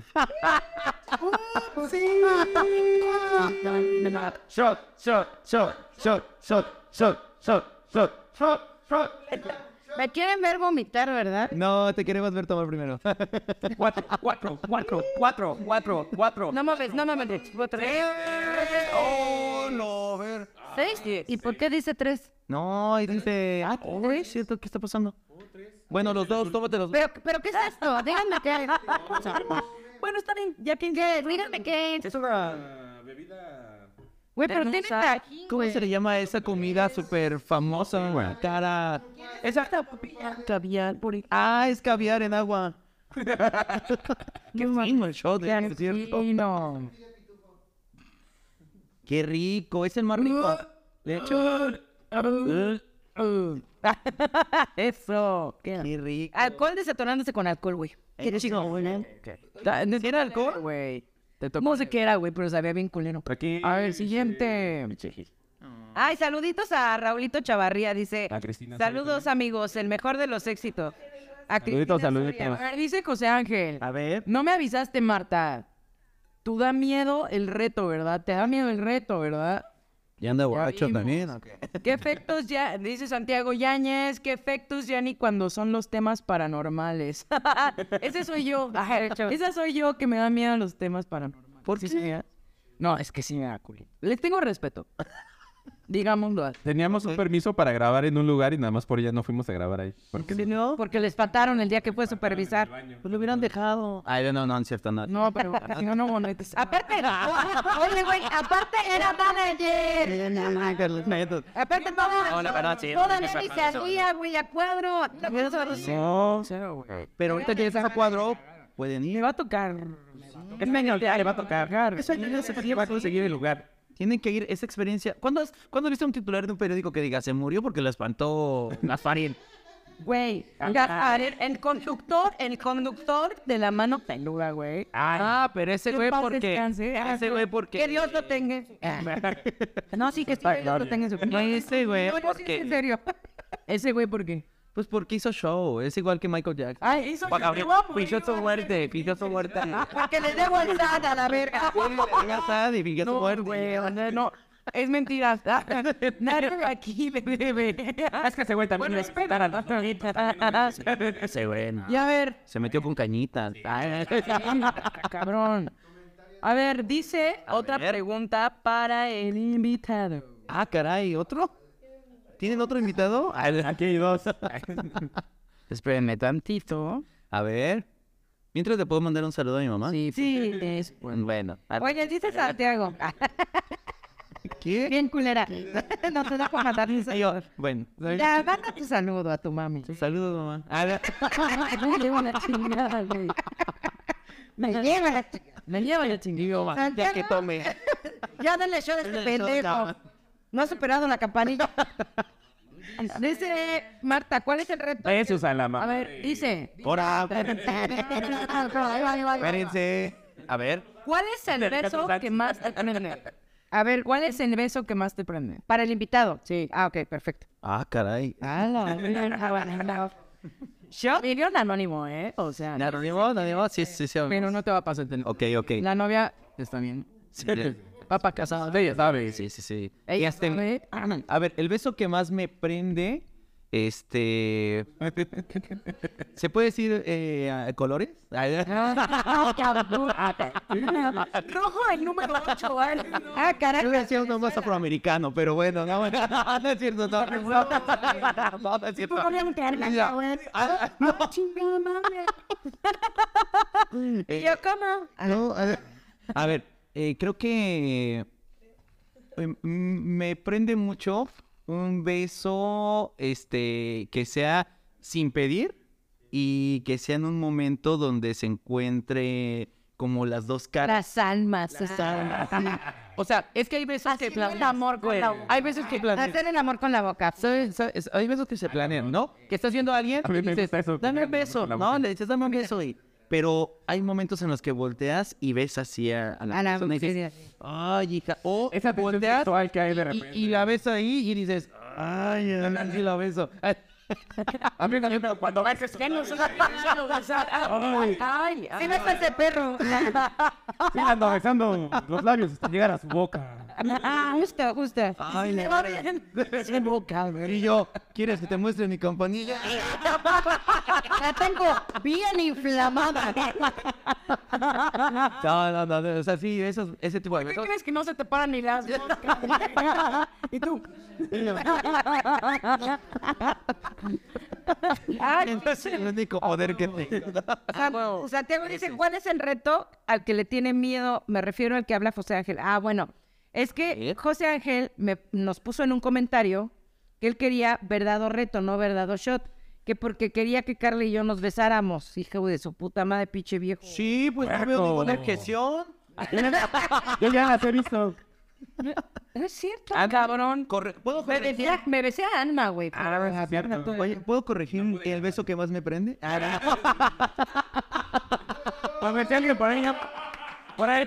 Me quieren ver vomitar, ¿verdad? No, te queremos ver tomar primero. Cuatro, cuatro, cuatro, cuatro, cuatro, cuatro. No mames, no mames. Voy a traer. ¡Oh, no! ver. ¿Seis? ¿Y por qué dice tres? No, y dice. Ah, es cierto, ¿qué está pasando? Bueno, los dos, tómate los dos. ¿Pero, pero qué es esto? Díganme qué. Bueno, está bien. Ya que díganme qué. Es una bebida. Güey, pero tiene tajín, ¿Cómo güey. se le llama esa comida súper famosa? Cara. Exacto. Caviar, por Ah, es caviar en agua. Qué fino el shot, eh, por cierto. no. Qué rico, es el más rico. De hecho, Ah, Eso. ¿Qué? qué rico. Alcohol desatorándose con alcohol, güey. Qué chido. ¿Era alcohol? Güey. Te tocó. No sé qué era, güey, pero sabía bien culero. Aquí. A ver, siguiente. Ay, saluditos a Raulito Chavarría, dice. A Cristina Saludos, amigos, el mejor de los éxitos. A Saluditos, Cristina saluditos. A ver, dice José Ángel. A ver. No me avisaste, Marta. Tú da miedo el reto, ¿verdad? Te da miedo el reto, ¿verdad? Ya anda borracho vimos. también. ¿Qué efectos ya? Dice Santiago Yáñez, ¿qué efectos ya ni cuando son los temas paranormales? Ese soy yo. Esa soy yo que me da miedo los temas paranormales. Ah, ¿Por qué? No, es que sí me da culito. Les tengo respeto. Digámoslo así. Teníamos un permiso para grabar en un lugar y nada más por ella no fuimos a grabar ahí. Porque Si no, Porque les faltaron el día que fue a supervisar. pues lo hubieran dejado. Ay, no, no, no es cierto, no. No, pero si no, no monetes. Aparte, oye, güey, aparte era manager. Aparte, toda, No, la verdad, sí, toda sí, la sí, mi salía, güey, a cuadro. no. Pero ahorita que ya está a cuadro, pueden Me ir. va a tocar. Es año ya le va a tocar. Ese año ya se va a conseguir el lugar. Tienen que ir esa experiencia. ¿Cuándo, has- ¿Cuándo viste un titular de un periódico que diga se murió porque lo espantó Gasparín? Güey, Gasparín, el conductor, el conductor de la mano peluda, güey. Ah, pero ese güey porque... Ese güey porque... Que Dios lo tenga. No, sí, que sí, que Dios lo tenga en su No, ese güey No, no, sí, sí, en porque... serio. Ese güey porque... Pues porque hizo show, es igual que Michael Jackson. Ay, hizo... Pinchó su muerte, pinchó su muerte. "Ah, Que le debo el SAT a la verga. y pinchó su No, muerte. güey, o sea, no. Es mentira. Ah, Nadie aquí le debe. Es que ese güey también es Ese güey, no. Y a ver, Se metió con cañitas. Ay, ay, ay. cabrón. A ver, dice otra ver. pregunta para el invitado. Ah, caray, ¿otro? ¿Tienen otro invitado? Aquí hay dos. Espérenme tantito. A ver. Mientras te puedo mandar un saludo a mi mamá. Sí, sí. Es... Bueno. Oye, dice Santiago. ¿Qué? Bien culera. No te da por matar ni Yo, bueno. Ya, manda tu saludo a tu mami. Saludos, mamá. A ver. Me lleva la chingada, güey. Me lleva la chingada. Me lleva el chinguillo, va. Ya que tome. Ya denle show a este Denle show, pendejo. ya. No ha superado la campanilla. Dice Marta, ¿cuál es el reto? Es Susana, A mamá. ver, dice. Ahora. Espérense. A ver. ¿Cuál es el beso que más... Ah, no, no, no. A ver, ¿Cuál es el beso que más te prende? Ah, para el invitado. Sí. Ah, ok, perfecto. Ah, caray. Ah, la- ¿Shot? Vinieron anónimo, ¿eh? O sea, ¿Anónimo? ¿Anónimo? Sí, sí, sí. pero no te va a pasar el teléfono. Ok, ok. La novia está bien. Sí, Papá casado, ella sabe. Sí, sí, sí. Ella Y hasta- sabe. A ver, el beso que más me prende, este... ¿Se puede decir eh, a- colores? Ah, Rojo el número 8, ¿vale? Ah, Yo caray. le hacía uno más afroamericano, pero bueno, no, no, no, no es cierto, no, no, no, no, no, no es cierto. Ya. Ah, ah, no. Eh, ¿Yo cómo? no, a ver, a ver, eh, creo que em, mm, me prende mucho un beso este que sea sin pedir y que sea en un momento donde se encuentre como las dos caras. Las almas. Ah, O sea, es que hay veces que Haciendo el planean. amor con la boca. Hay veces que planean. Hacer el amor con la boca. ¿Sabes? ¿Sabes? Hay veces que se planean, ¿no? Que estás viendo a alguien A mí y me dices, gusta eso, que dame un me hagan beso, con la ¿no? boca. Le dices, dame un beso y... Pero hay momentos en los que volteas y ves así a, a la A la- persona y dices, ay, hija, o Esa tensión volteas sexual que hay de y- repente. y, la ves ahí y dices, ay, sí la beso. Ay, A mí también, pero cuando ves eso... Ay, Ay, Sí, me ese perro. sigan besando los labios hasta llegar a su boca. Ah, justo, justo. ay, Me le- va bien. se boca, y yo, ¿quieres que te muestre mi campanilla? La tengo bien inflamada. No, no, no, no, o sea, sí, esos- ese tipo de besos. crees que no se te paran ni las... ¿Y tú? Ay, Es el único poder que tengo. Ah, San- Santiago dice, ¿cuál es el reto al que le tiene miedo? Me refiero al que habla José Ángel. Ah, bueno, es que ¿Eh? José Ángel me- nos puso en un comentario que él quería verdad o reto, no verdad o shot, que porque quería que Carla y yo nos besáramos, hijo de su puta madre, pinche viejo. Sí, pues no veo ninguna objeción. Yo ya las he visto. No es cierto. Ah, cabrón. Corre- ¿Puedo Me corregir? besé, a- me besé a Alma, güey. Ah, cierto. Oye, ¿puedo corregir el beso que más me prende? Ah, no. A ver si alguien por ahí... ya- Por ahí...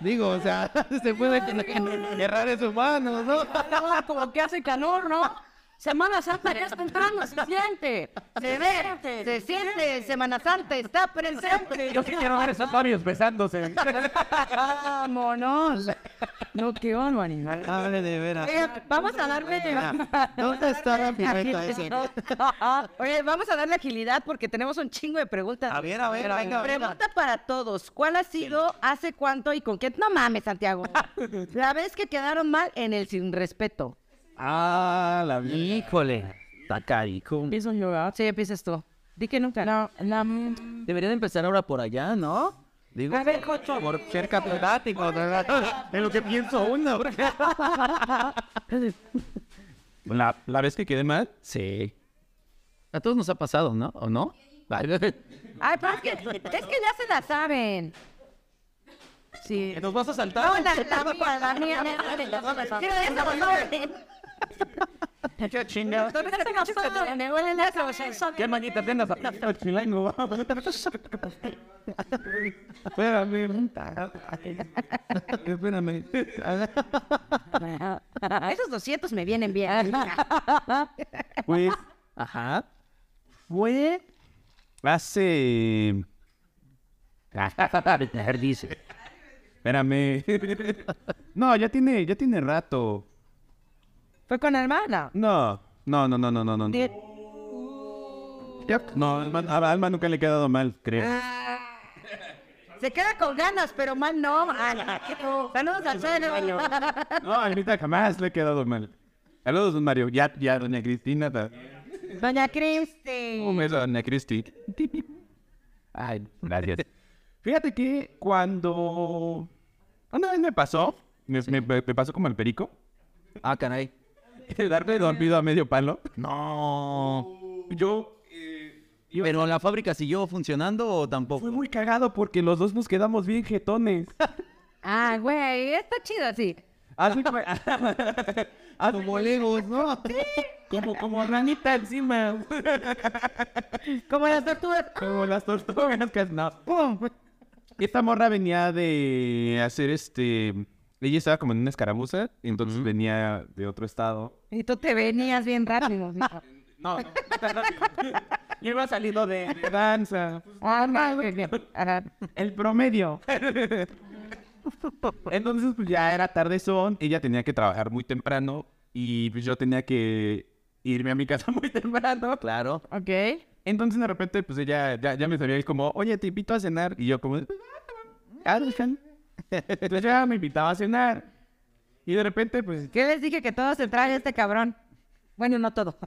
Digo, o sea, se puede errar es humano, ¿no? Ah, Como que hace calor, ¿no? Semana Santa ya está entrando, se siente. Se ve, se siente, Semana Santa está presente. Yo sí quiero ver esos labios besándose. Vámonos. No, qué bueno, animal. Hable de veras. Oye, Eh, vamos a darle. ¿Dónde está la pimenta ese? Oye, vamos a darle agilidad porque tenemos un chingo de preguntas. A ver, a ver, venga, venga. Pregunta para todos. ¿Cuál ha sido, hace cuánto y con qué? No mames, Santiago. La vez que quedaron mal en el sin respeto. Ah, la vi. Híjole. Tacarico. Empiezo yo, ¿verdad? Sí, empiezas tú. Di que nunca. No, la... Debería de empezar ahora por allá, ¿no? Digo, A ver, Joto. por cerca plático, ¿verdad? Es lo que pienso uno. Pues La, la vez que quedé mal, Sí. A todos nos ha pasado, ¿no? ¿O no? Ay, pero es que, es que ya se la saben. Sí. ¿Nos vas a saltar? No, la, la mía, la mía. Quiero de esa, por favor. Tú me estás casando, me huele la cabeza. ¿Qué manita tengas apretado el chilango? Espérame. Espérame. Esos 200 me vienen bien. Pues Ajá. fue hace... ah. dice. Espérame. No, ya tiene, ya tiene rato. ¿Fue con hermana? No, no, no, no, no, no, no. Di- No, Alma, a Alma nunca le he quedado mal, creo. Se queda con ganas, pero mal no. Ay, no. Saludos al suelo. No, a Almita jamás le he quedado mal. Saludos, don Mario. Ya, ya, doña Cristina. ta- Doña Cristi. Un beso, doña Cristi. Ay, gracias. Fíjate que cuando... Una vez me pasó, me, me- me pasó como el perico, Ah, caray. el darle dormido a medio palo. No. Yo ¿Pero la fábrica siguió funcionando o tampoco? fue muy cagado porque los dos nos quedamos bien jetones. Ah, güey, está chido así. Así fue- Así Como legos, ¿no? Como, como ranita encima. Como las tortugas. Como las tortugas que no. ¡Pum! Esta morra venía de hacer este Ella estaba como en una escaramuza, y entonces Ujú. venía de otro estado. Y tú te venías bien rápido. ¿no? No, no. Yo iba saliendo de, de danza. Ah, no, qué bien. Ah, Ajá. El promedio. Entonces, pues ya era tarde son. Ella tenía que trabajar muy temprano y pues yo tenía que irme a mi casa muy temprano. Claro. Ok. Entonces, de repente, pues ella ya, ya me sabía él como, oye, te invito a cenar. Y yo como, "Ah, dejan". Entonces ya me invitaba a cenar. Y de repente, pues, ¿Qué les dije que todo se trae este cabrón? Bueno, no todo.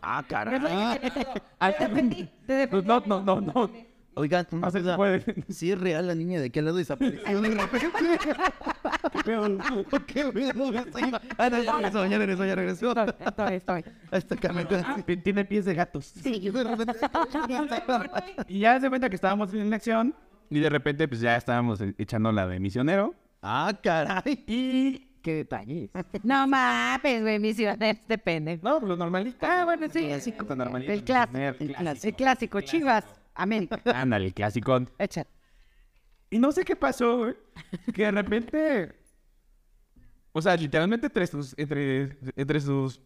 Ah, Es lo caray. que te- te defendí, te pues defendí. Ah. no, no, no, no. Oigan, No se duda, puede. Sí es real la niña de aquí al lado desapareció de repente. Qué pedo. ¿Qué pedo? Ah, no, ya regresó, ya regresó, ya regresó. Estoy, estoy. Hasta que me Ah, Tiene pies de gatos. Y de repente- Y ya se cuenta que estábamos en la acción. Y de repente, pues ya estábamos e- echando la de misionero. Ah, caray. Y. Qué detalles. No mames, güey, mi ciudad este pendejo. No, pues, lo normalita. Ah, bueno, sí, Lo así como normalito, el clásico, misionero, el clásico, el clásico. clásico, Chivas. Amén. Ándale, el clásico. Echa. Y no sé qué pasó, güey, Que de repente. O sea, literalmente entre sus. Entre, entre sus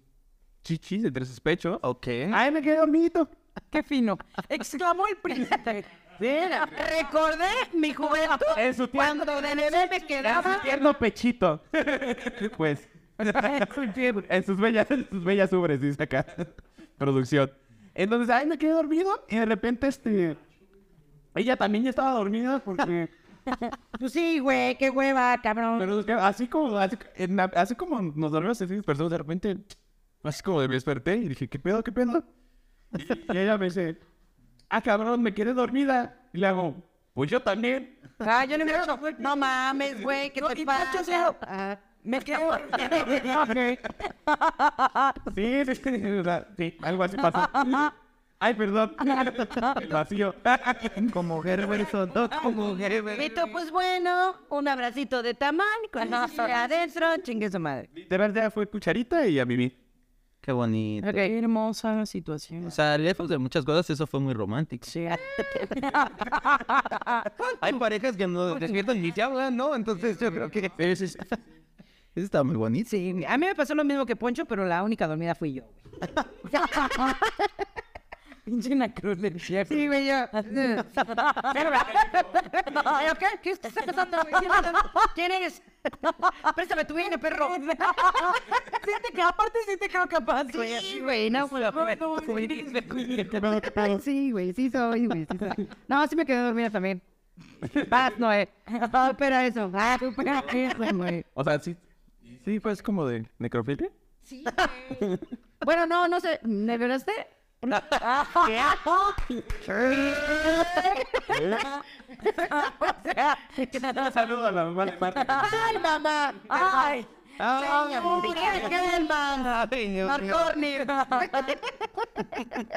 chichis, entre sus pechos. Ok. ¡Ay, me quedé dormido! Qué fino. Exclamó el príncipe. Recordé mi juventud En su tierno, cuando de bebé me en su quedaba. tierno pechito. pues. en sus bellas, en sus bellas ubres, dice acá. Producción. Entonces, ay, me quedé dormido. Y de repente, este. Ella también ya estaba dormida porque. Pues sí, güey, qué hueva, cabrón. Pero es que así como, así, en la- así como nos dormimos así personas, de repente, así como me desperté y dije, ¿qué pedo, qué pedo? Y, y ella me dice, ah, cabrón, me quedé dormida. Y le hago, pues yo también. Ah, yo no me acuerdo. No mames, güey, ¿qué te pasa? Ah, Me quedo. Sí, sí, sí, o sea, sí, algo así pasó. Ay, perdón. El vacío. Como Gerberson, no, como Gerberson. Vito, pues bueno, un abracito de tamal, con adentro, chingue su madre. Literal, ya fue cucharita y a mí. Qué bonito. Qué hermosa situación. O sea, lejos de muchas cosas, eso fue muy romántico. Sí. Hay parejas que no despiertan ni se hablan, ¿no? Entonces yo creo que... Eso es- eso está muy bonito. Sí, a mí me pasó lo mismo que Poncho, pero la única dormida fui yo. güey. Pinche anacrolepsia. Sí, güey, yo. Ay, ¿ok? ¿Qué estás empezando? ¿Quién eres? Préstame tu INE, perro. Siente que aparte siente que no capaz. Sí, güey, no, pues, No, no, Ay, sí, güey, sí soy, güey, sí soy. No, sí me quedé dormida también. Vas, Noé. Supera eso. Ah, supera eso, güey. O sea, sí, sí, pues como de necrofilia. Bueno, no, no sé. ¿Me violaste? Saludo a la mamá de Marta. ¡Ay, mamá! ¡Ay! ¡Ay, Gelman! ¡Marcorni!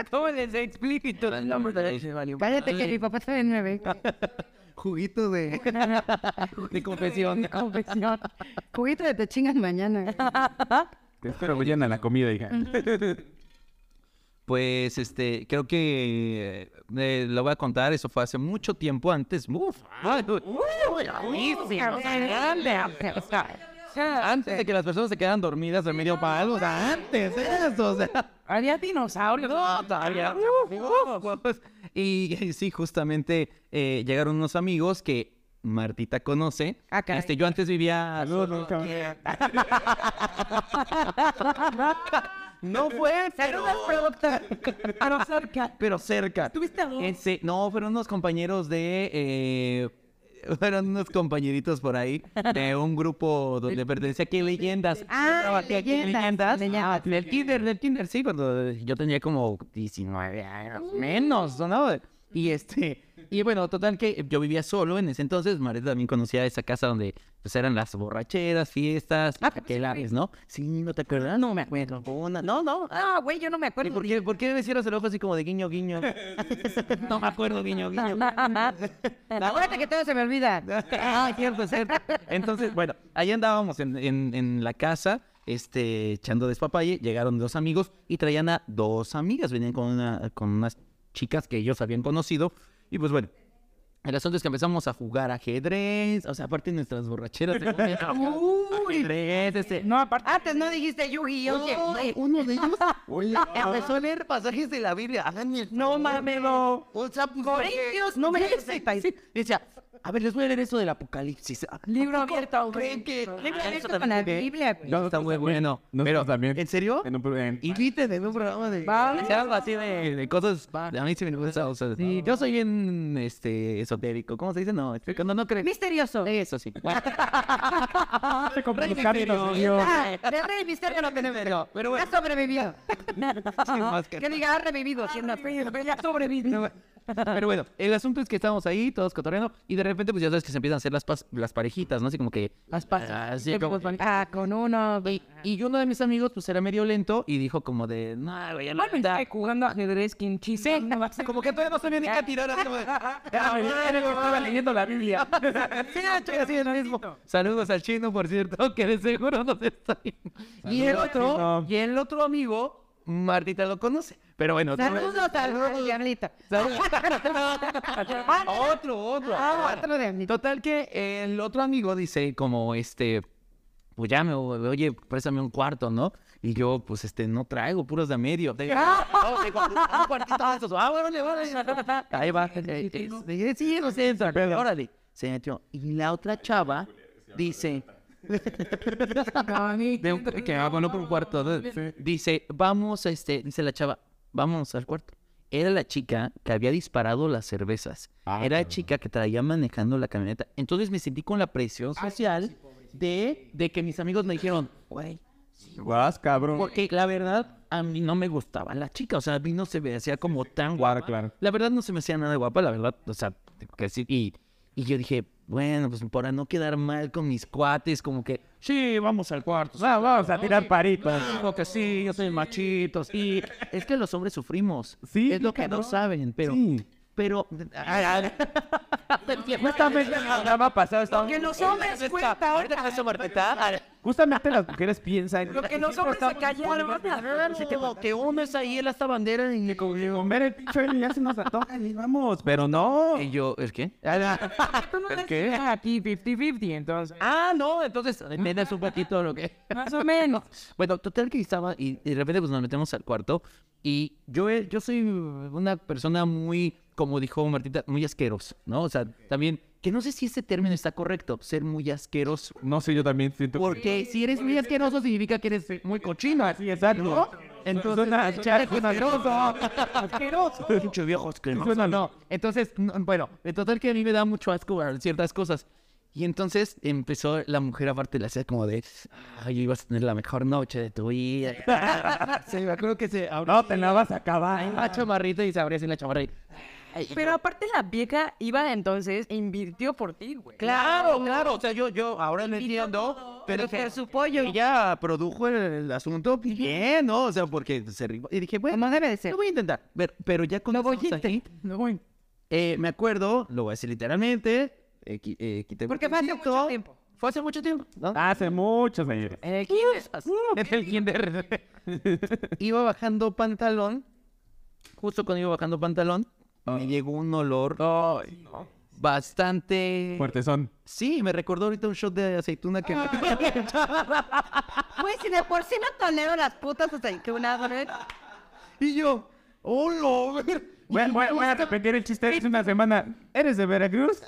¿Cómo les explico? No, hombre, se valió. Cállate que mi papá está en nueve. Juguito de... de confesión. Confesión. Juguito de te chingas mañana. Te espero mañana a la comida, hija. Pues, este, creo que eh, lo voy a contar, eso fue hace mucho tiempo antes. Uf, ay, tú- antes de que las personas se quedan dormidas de medio palo, o sea, antes de eso, o sea. Había dinosaurios. No, todavía. pues, Y y sí, justamente eh, llegaron unos amigos que Martita conoce. Este, yo antes vivía. Saludos, no, cabrón. No fue, pero, Saludos, productor. Pero cerca. pero cerca. ¿Tuviste a dos? Este, no, fueron unos compañeros de. eh, fueron unos compañeritos por ahí de un grupo donde pertenecía aquí Leyendas. Ah, Aquí Leyendas, Leyendas. Leyendas. Ah, Del kinder, del kinder, sí, cuando yo tenía como 19 años, menos, ¿no? Y este, y bueno, total que yo vivía solo en ese entonces, Marita también conocía esa casa donde pues eran las borracheras, fiestas, aquelares, ¿no? Sí, ¿no te acuerdas? No me acuerdo. Una- No, no, Ah, güey, yo no me ¿Y acuerdo. por qué, por qué me cierras el ojo así como de guiño, guiño? no me acuerdo, guiño, guiño. Acuérdate que todo se me olvida. ah, cierto, cierto. Entonces, bueno, ahí andábamos en, en- en la casa, este, echando despapalle, llegaron dos amigos y traían a dos amigas, venían con, una- con unas chicas que ellos habían conocido, y pues bueno, El asunto es que empezamos a jugar ajedrez, o sea, aparte de nuestras borracheras. de comer, ajedrez, este, No, aparte. Antes no dijiste Yugi, oye. güey. uno de ellos. Oye, empezó a leer pasajes de la Biblia. Háganme el No favor. mames, no. O sea, pues, Corintios, no me Sí, sesenta y- sí. Decía, a ver, les voy a leer eso del Apocalipsis. Ah, ¿A Libro poco abierto, creen que- Libro Ah, abierto eso con la también. Biblia, güey. Está muy bueno. Nosotros Pero, también. ¿En serio? En un pro- en- Inviten en un programa de. Vale. de algo así de, de cosas. A mí sí me gusta. o sea, yo soy bien este, esotérico. ¿Cómo se dice? No, este, cuando no creo. Misterioso. Eso sí. Se compró unos carros, misterio. señor. Ah, de Rey Misterio no tenemos. Pero bueno. Ya sobrevivió. máscara. que diga, ha revivido. sí, no. Ya sobreviví. Pero bueno, el asunto es que estábamos ahí, todos cotorreando, y de repente, pues ya sabes que se empiezan a hacer las, pas- las parejitas, ¿no? Así como que. Las pasas. Así Te como- pongo pan- Ah, con uno. Y, y uno de mis amigos, pues era medio lento, y dijo como de. No, güey, ya no. Bueno, está jugando ajedrez, quien chise. Como que todavía no sabía ni qué tirar. así como de, Ah, era el que estaba leyendo la Biblia. Saludos al chino, por cierto, que de seguro nos está viendo. Y el otro, chino. y el otro amigo, Martita lo conoce. Pero bueno, tú- Saludos al- al diablito. Saludos. otro, otro. Ah, otro diablito. Total que eh, el otro amigo dice como este, pues ya me, oye, préstame un cuarto, ¿no? Y yo, pues este, no traigo, puros de a medio. Te- No, te- un cuartito de esos. Ah, bueno, le vale. Ahí va. eh, eh, eh, Sí, no sé, Pero- órale. Se metió. Y la otra chava dice. De un- que va bueno por un cuarto. ¿no? Dice, vamos, este, dice la chava, vamos al cuarto. Era la chica que había disparado las cervezas. Era la chica que traía manejando la camioneta. Entonces me sentí con la presión social de, de que mis amigos me dijeron, güey, Guas, cabrón. porque la verdad, a mí no me gustaba la chica. O sea, a mí no se me hacía como tan guapa. Claro, claro. La verdad no se me hacía nada guapa, la verdad. O sea, tengo que decir. Y, y yo dije, bueno, pues para no quedar mal con mis cuates, como que, sí, vamos al cuarto. No, vamos a tirar paritos. Digo que sí, yo soy machito. Y es que los hombres sufrimos. Sí, Es lo que no cabrón. saben, pero. Sí. Pero. Ay, ay. Justamente en el programa pasado estábamos- Que los hombres cuentan Ahorita que eso, Martita, ay, Justamente las mujeres piensan. Lo que los hombres se callaron. Como que unes ahí en esta bandera y Comer el pinche Eli ya se nos antoja y vamos. Pero no. Y yo, ¿es qué? Tú no ¿Es eres qué? aquí 50-50, entonces. Ah, no, entonces me das un poquito de lo que. Más o menos. Bueno, total que estaba y, y de repente pues nos metemos al cuarto y yo, eh, yo soy una persona muy, como dijo Martita, muy asqueroso, ¿no? O sea, también, que no sé si ese término está correcto, ser muy asqueroso. No sé, yo también siento. Porque si eres muy asqueroso significa que eres muy cochino. Sí, exacto. Entonces, eh, Suena- ya, asqueroso. Pinche viejo asqueroso. Suena- No, entonces, no, bueno, de total que a mí me da mucho asco a ciertas cosas. Y entonces empezó la mujer aparte le hacía como de, ay, ibas a tener la mejor noche de tu vida. se me acuerdo que se abría No te la vas a acabar. la chamarrita y se abría así la chamarra. y, ay, y Pero aparte la vieja iba entonces, e invirtió por ti, güey. Claro, claro. O sea, yo, yo ahora lo entiendo. Pero que su pollo ya produjo el, el asunto bien, ¿no? O sea, porque se rifó. Y dije, bueno, Como debe de ser. lo voy a intentar. Ver- pero ya con voy eh, Me acuerdo, lo voy a decir literalmente. eh, qui- eh, quité Porque fue hace mucho tiempo. Ah. Fue hace mucho tiempo. ¿no? Hace mucho, señores. En el kinder. En el kinder. iba bajando pantalón. Justo cuando iba bajando pantalón, Ah. me llegó un olor bastante... Fuertes son. Sí, me recordó ahorita un shot de aceituna que me Güey, si de por sí no tolero las putas aceitunas, güey. Y yo, hola. ver". Voy, voy- voy a repetir el chiste de hace una semana. ¿Eres de Veracruz?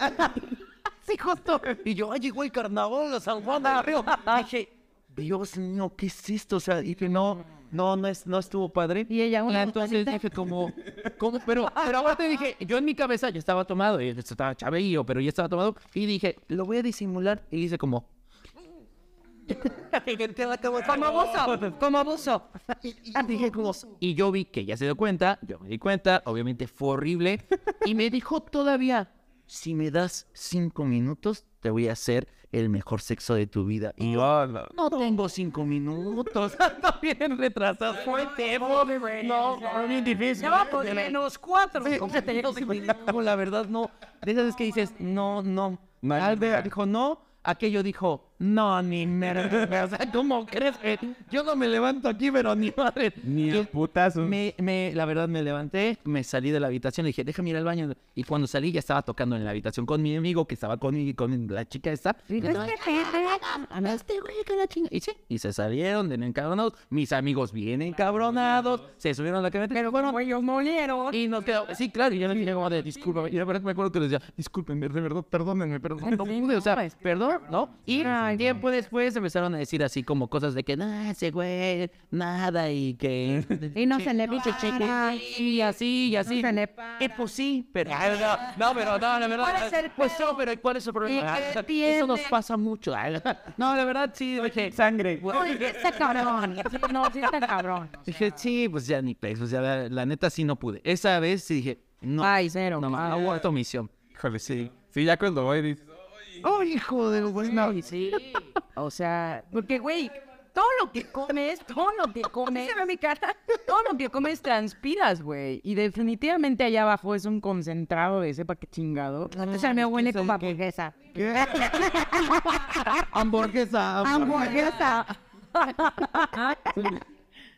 Sí, justo. Y yo, ay, llegó el carnaval de San Juan de Río. Dije, Dios mío, ¿qué es esto? O sea, dije, no, no, no, es, no estuvo padre. Y ella, una Entonces dije, como, como, pero, pero ahora te dije, yo en mi cabeza ya estaba tomado, y estaba chaveillo, pero ya estaba tomado. Y dije, lo voy a disimular. Y hice como, Como abuso, como abuso. Ah, Y yo vi que ya se dio cuenta, yo me di cuenta, obviamente fue horrible. Y me dijo todavía, si me das cinco minutos, te voy a hacer el mejor sexo de tu vida. Y yo, no tengo cinco minutos. Ando bien retrasado. Fue No, fue bien difícil. ¿eh? menos cuatro. No, la verdad, no. De esas veces que dices, no, no. No hay Tal vez manera. dijo no, aquello dijo, No, ni merda. O sea, ¿cómo crees? que Yo no me levanto aquí, pero ni madre. Ni Yo- a putazos. me, me- la verdad, me levanté, me salí de la habitación y dije, déjame ir al baño. Y cuando salí, ya estaba tocando en la habitación con mi amigo que estaba con, mi- con la chica esta. Y, estaba, "Ah, no, este güey, que la chinga". Y sí, y se salieron de encabronados. Mis amigos bien encabronados. Se subieron a la camioneta. Pero bueno, ellos molieron. y nos quedó, sí, claro, y yo les dije como de, discúlpame, y la verdad me acuerdo que les decía, discúlpenme, de verdad, perdónenme, perdón, no pude, o sea, perdón, ¿no? Y tiempo después empezaron a decir así como cosas de que, nada, ese güey, nada, y que... Y no se le para. Y así, y así. se le Eh, pues sí, pero... Ay, No, no, pero no, la verdad... ¿Cuál es el Pues no, pero ¿cuál es el problema? ¿Y qué Ah, o sea, Eso tiene? nos pasa mucho. Ay, la- No, la verdad, sí, dije, Sangre. Uy, está cabrón. Sí, No, sí está cabrón. dije, sí, pues ya ni pex, o sea, la, la neta sí no pude. Esa vez sí dije, no, Ay, cero. ah, no, aguanto misión. Híjole, sí. Sí, ya cuando voy dices, ¡Oh, hijo de bueno! Sí. O sea, Porque, güey, todo lo que comes, todo lo que comes, se ve mi cara. todo lo que comes transpiras, güey. Y definitivamente allá abajo es un concentrado de sepa qué chingado. O sea, me huele como hamburguesa. ¡Hamburguesa! Hamburguesa.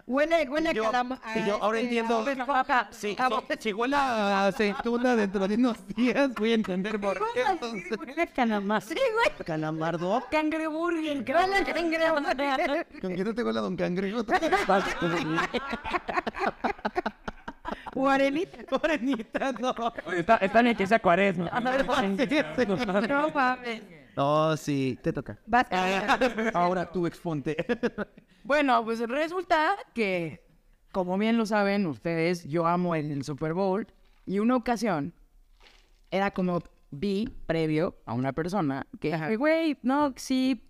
huele, huele a Yo- calama- a yo ahora este, entiendo. a ave roja. Sí, A so- bo- si huele a aceituna dentro de unos días, voy a entender por qué. entonces. Huele a calamar. Sí, güey. ¿Calamardo? Cangreburger. que Huele a cangreburger. ¿Con qué no te huele a don cangrejo? Guarenita. Morenita, no. está, está en el que sea cuaresma. No mames. No, sí, te toca. Vas. Ahora tú exponte. Bueno, pues resulta que, como bien lo saben ustedes, yo amo el, el Super Bowl. Y una ocasión era como vi previo a una persona que, "Ay, güey, no, sí,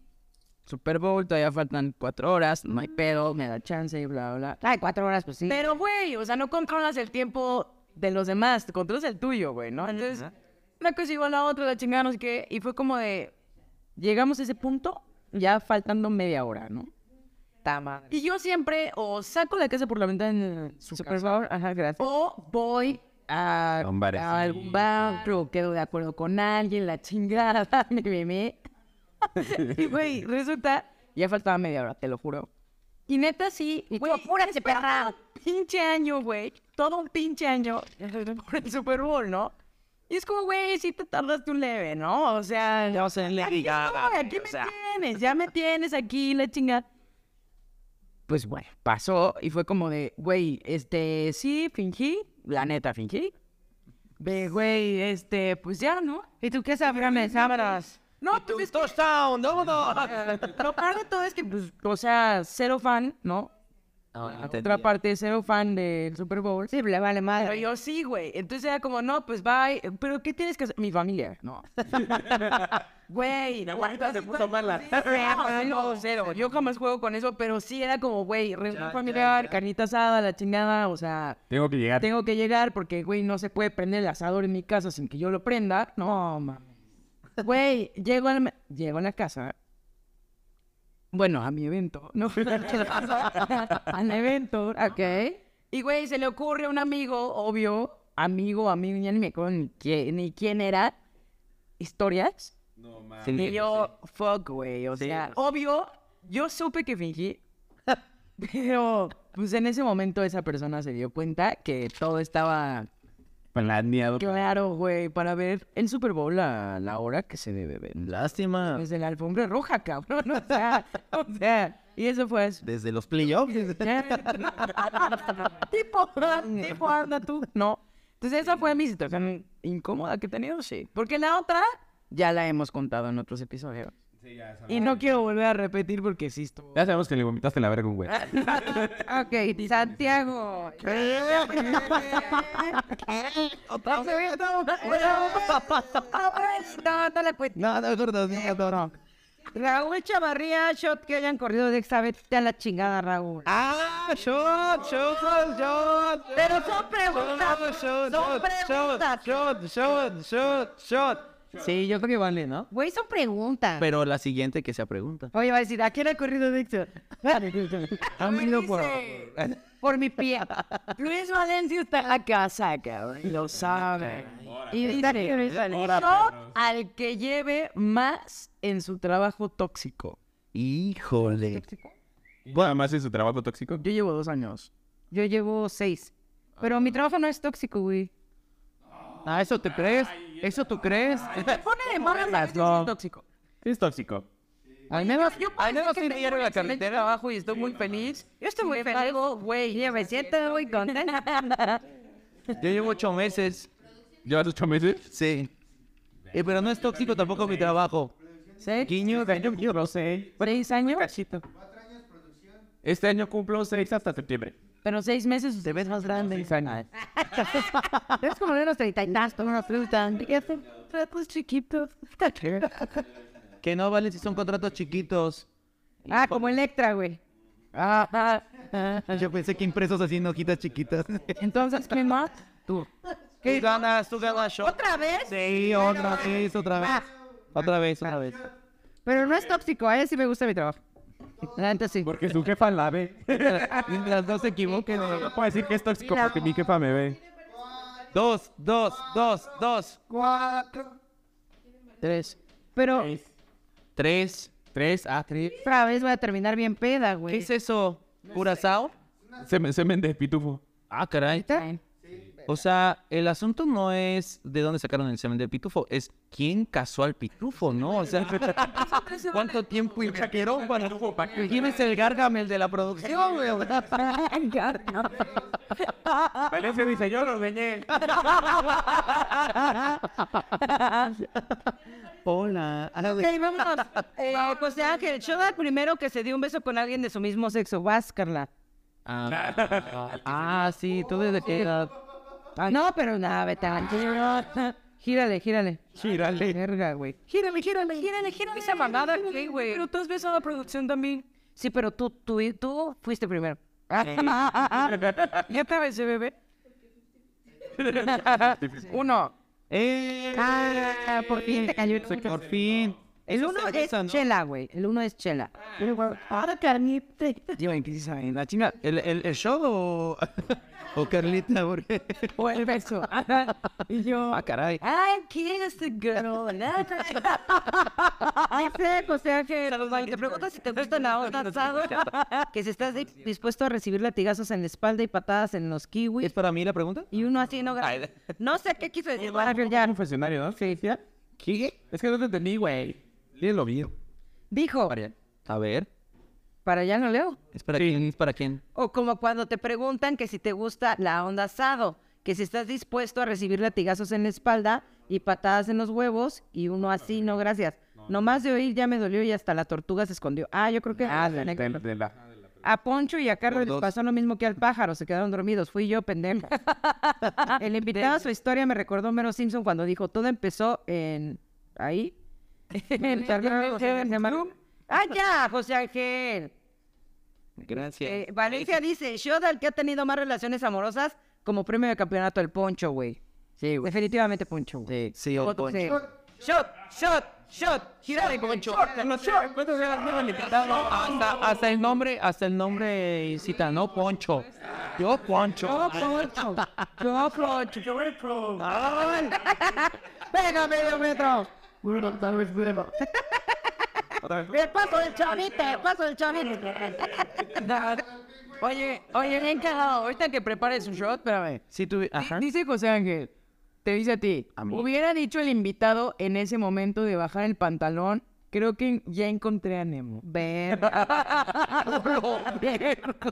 Super Bowl, todavía faltan cuatro horas, no hay pedo, me da chance y bla, bla, bla. Ay, cuatro horas, pues sí. Pero, güey, o sea, no controlas el tiempo de los demás, te controlas el tuyo, güey, ¿no? Entonces, una cosa igual a la otra, la chingada, no sé qué. Y fue como de, llegamos a ese punto ya faltando media hora, ¿no? Tama. Y yo siempre o saco la casa por la ventana en Super Bowl, ajá, gracias. O voy a, A un bar, a algún bar, pero quedo de acuerdo con alguien, la chingada, mi bebé. y güey, resulta, ya faltaba media hora, te lo juro. Y neta sí, güey, apúrate, perra. pinche año, güey, todo un pinche año por el Super Bowl, ¿no? Y es como, güey, sí te tardaste un leve, ¿no? O sea, No se le aquí diga. estoy, aquí me tienes, ya me tienes aquí, la chingada. Pues bueno, pasó y fue como de, güey, este, sí, fingí, la neta, fingí. Ve, güey, este, pues ya, ¿no? ¿Y tú qué sabrás? Sabrás. No, pues es que Touchdown, no, no. lo peor de todo es que, pues, o sea, cero fan, ¿no? Ah, Otra parte. parte, cero fan del Super Bowl. Sí, le vale Pero madre. yo sí, güey. Entonces era como, no, pues bye. ¿Pero qué tienes que hacer? Mi familia, no. Güey, no aguantas de puta mala. No, cero. Yo jamás juego con eso, pero sí era como, güey, reunión familiar, carnita asada, la chingada, o sea, Tengo que llegar. tengo que llegar porque, güey, no se puede prender el asador en mi casa sin que yo lo prenda. No, mames. Güey, llego a la, llego a la casa. Bueno, a mi evento, ¿no? Al evento, ok. Y, güey, se le ocurre a un amigo, obvio, amigo, amigo, ya ni me acuerdo ni quién, ni quién era, historias. Y yo, fuck, güey, o Sí, sea, sí. obvio, yo supe que fingí, pero pues en ese momento esa persona se dio cuenta que todo estaba Planeado. claro, güey, para ver el Super Bowl a la hora que se debe ver. Lástima. Desde la alfombra roja, cabrón, o sea, o sea, y eso fue eso. Desde los playoffs. tipo, tipo, anda tú. No. Entonces esa fue mi situación incómoda que he tenido, sí. Porque la otra ya la hemos contado en otros episodios. Y no quiero volver a repetir porque sí estuvo. Ya sabemos que le vomitaste la verga a un güey. Ok, Santiago. No, no le cuento. No, no, gordo, no, no, no. Raúl Chavarría, shot que hayan corrido de esta vez. Te a la chingada, Raúl. Ah, shot, shot, shot. Pero son preguntas. Shot, Son preguntas. shot, shot, shot, shot. Sí, yo creo que vale, ¿no? Güey, son preguntas. Pero la siguiente que sea pregunta. Oye, va a decir, ¿a quién ha corrido Dixon? Han venido por. por mi pie. Luis Valencio está en la casa, cabrón. y Lo sabe. Y Shot al que lleve más en su trabajo tóxico. Híjole. Nada más es su trabajo tóxico. Yo llevo dos años. Yo llevo seis. Pero mi trabajo no es tóxico, güey. Ah, eso te crees. Eso tú crees. Te pone de malas, no. tóxico. Es tóxico. Al menos, al menos que sí tengo diario un la excelente- carretera abajo y estoy muy feliz. Yo estoy muy feliz. güey. Yo me siento muy contenta. Yo llevo ocho meses. ¿Llevas ocho meses? Sí. Eh, pero no es tóxico tampoco mi trabajo. Guiño, guiño, guiño. lo sé. ¿Seis años? Este año cumplo seis hasta septiembre. Pero seis meses te ves más grande. Es como de unos treinta y tantos, unos treinta. Tratos chiquitos. Que no vale si son contratos chiquitos. Ah, como Electra, güey. Yo pensé que impresos haciendo hojitas chiquitas. Entonces, ¿quién más? ¿Qué ganas? ¿Tú ganas yo? ¿Otra vez? Sí, otra vez, otra vez. Otra vez, otra vez. Pero no es tóxico, a él sí me gusta mi trabajo. La neta sí. Porque su jefa la ve. Mientras no se equivoquen. No, no puedo decir que es tóxico porque mi jefa me ve. Dos, dos, dos, dos. Tres. Pero Tres. Tres, ah, tres. otra vez voy a terminar bien peda, ¿Qué güey. es eso? ¿Curazao? Semen, semen de pitufo. Ah, caray. O sea, el asunto no es de dónde sacaron el semen del pitufo, es quién casó al pitufo, ¿no? O sea, ¿cuánto tiempo invirtieron para... ¿Quién es el gargamel de la producción, güey? Ah. Valencia dice, yo lo veñé. Hola. Ah, güey. Ok, vámonos. Eh, José Ángel, yo era el primero que se dio un beso con alguien de su mismo sexo. Vas, Carla. Ah, ah, sí, tú desde qué edad. No, pero nada, vete. a- Gírale, gírale. Gírale. Verga, güey. Gírale, gírale. Gírale, gírale. Esa mamada, ¿qué, güey? Pero tú has besado la producción también. Sí, pero tú, tú, tú fuiste primero. ah, ¿Ya te besé, bebé? Uno. eh, Ah, por fin te cayó el uno. Por fin. Eh, El uno es Esa, ¿no? chela, güey. El uno es chela. Llevan que sí saben. La chinga. ¿El, el, el show o, o Carlita? Porque... O el beso. y yo. Ah, caray. I kissed the girl. este Ay, sé, José Ángel. pues, Cuando te preguntas si te gusta la onda, ¿sabes? Que si estás di- dispuesto a recibir latigazos en la espalda y patadas en los ¿Es kiwis. para mí la pregunta? Y uno así no... Ay, No sé qué quiso decir. Juan Ángel, Ya ya. confesionario, ¿no? Sí, sí. ¿Qué? Es que no te entendí, güey. Dilo bien. Dijo, A ver. para allá no leo. ¿Es para quién? ¿Es para quién? O como cuando te preguntan que si te gusta la onda asado, que si estás dispuesto a recibir latigazos en la espalda y patadas en los huevos y uno así, Ah, no gracias. Nomás de oír ya me dolió y hasta la tortuga se escondió. Ah, yo creo que Ten- tenla. a Poncho y a Carlos les dos. pasó lo mismo que al pájaro, se quedaron dormidos, fui yo, pendejo. El invitado a su historia me recordó Mero Simpson cuando dijo, todo empezó en... ahí. En ¡Ah, ya, José Ángel! Gracias. Eh, Valencia dice, yo del que ha tenido más relaciones amorosas como premio de campeonato el Poncho, güey. Sí, güey. Definitivamente Poncho, güey. Sí, o Foto, Poncho. sí. Shot, shot, shot. Gira de Poncho. Hasta, hasta el nombre, hasta el nombre cita, ¿no? Poncho. Yo, Poncho. Poncho. Yo, Poncho. Yo, Poncho. Ay. Venga, medio metro. El paso del chavito, el paso del chavito. Oye, oye, bien cagado. Ahorita que prepares su shot, espérame. Sí, tuve. Ajá. Dice José Ángel, te dice a ti, A mí. hubiera dicho el invitado en ese momento de bajar el pantalón, creo que ya encontré a Nemo. Ver.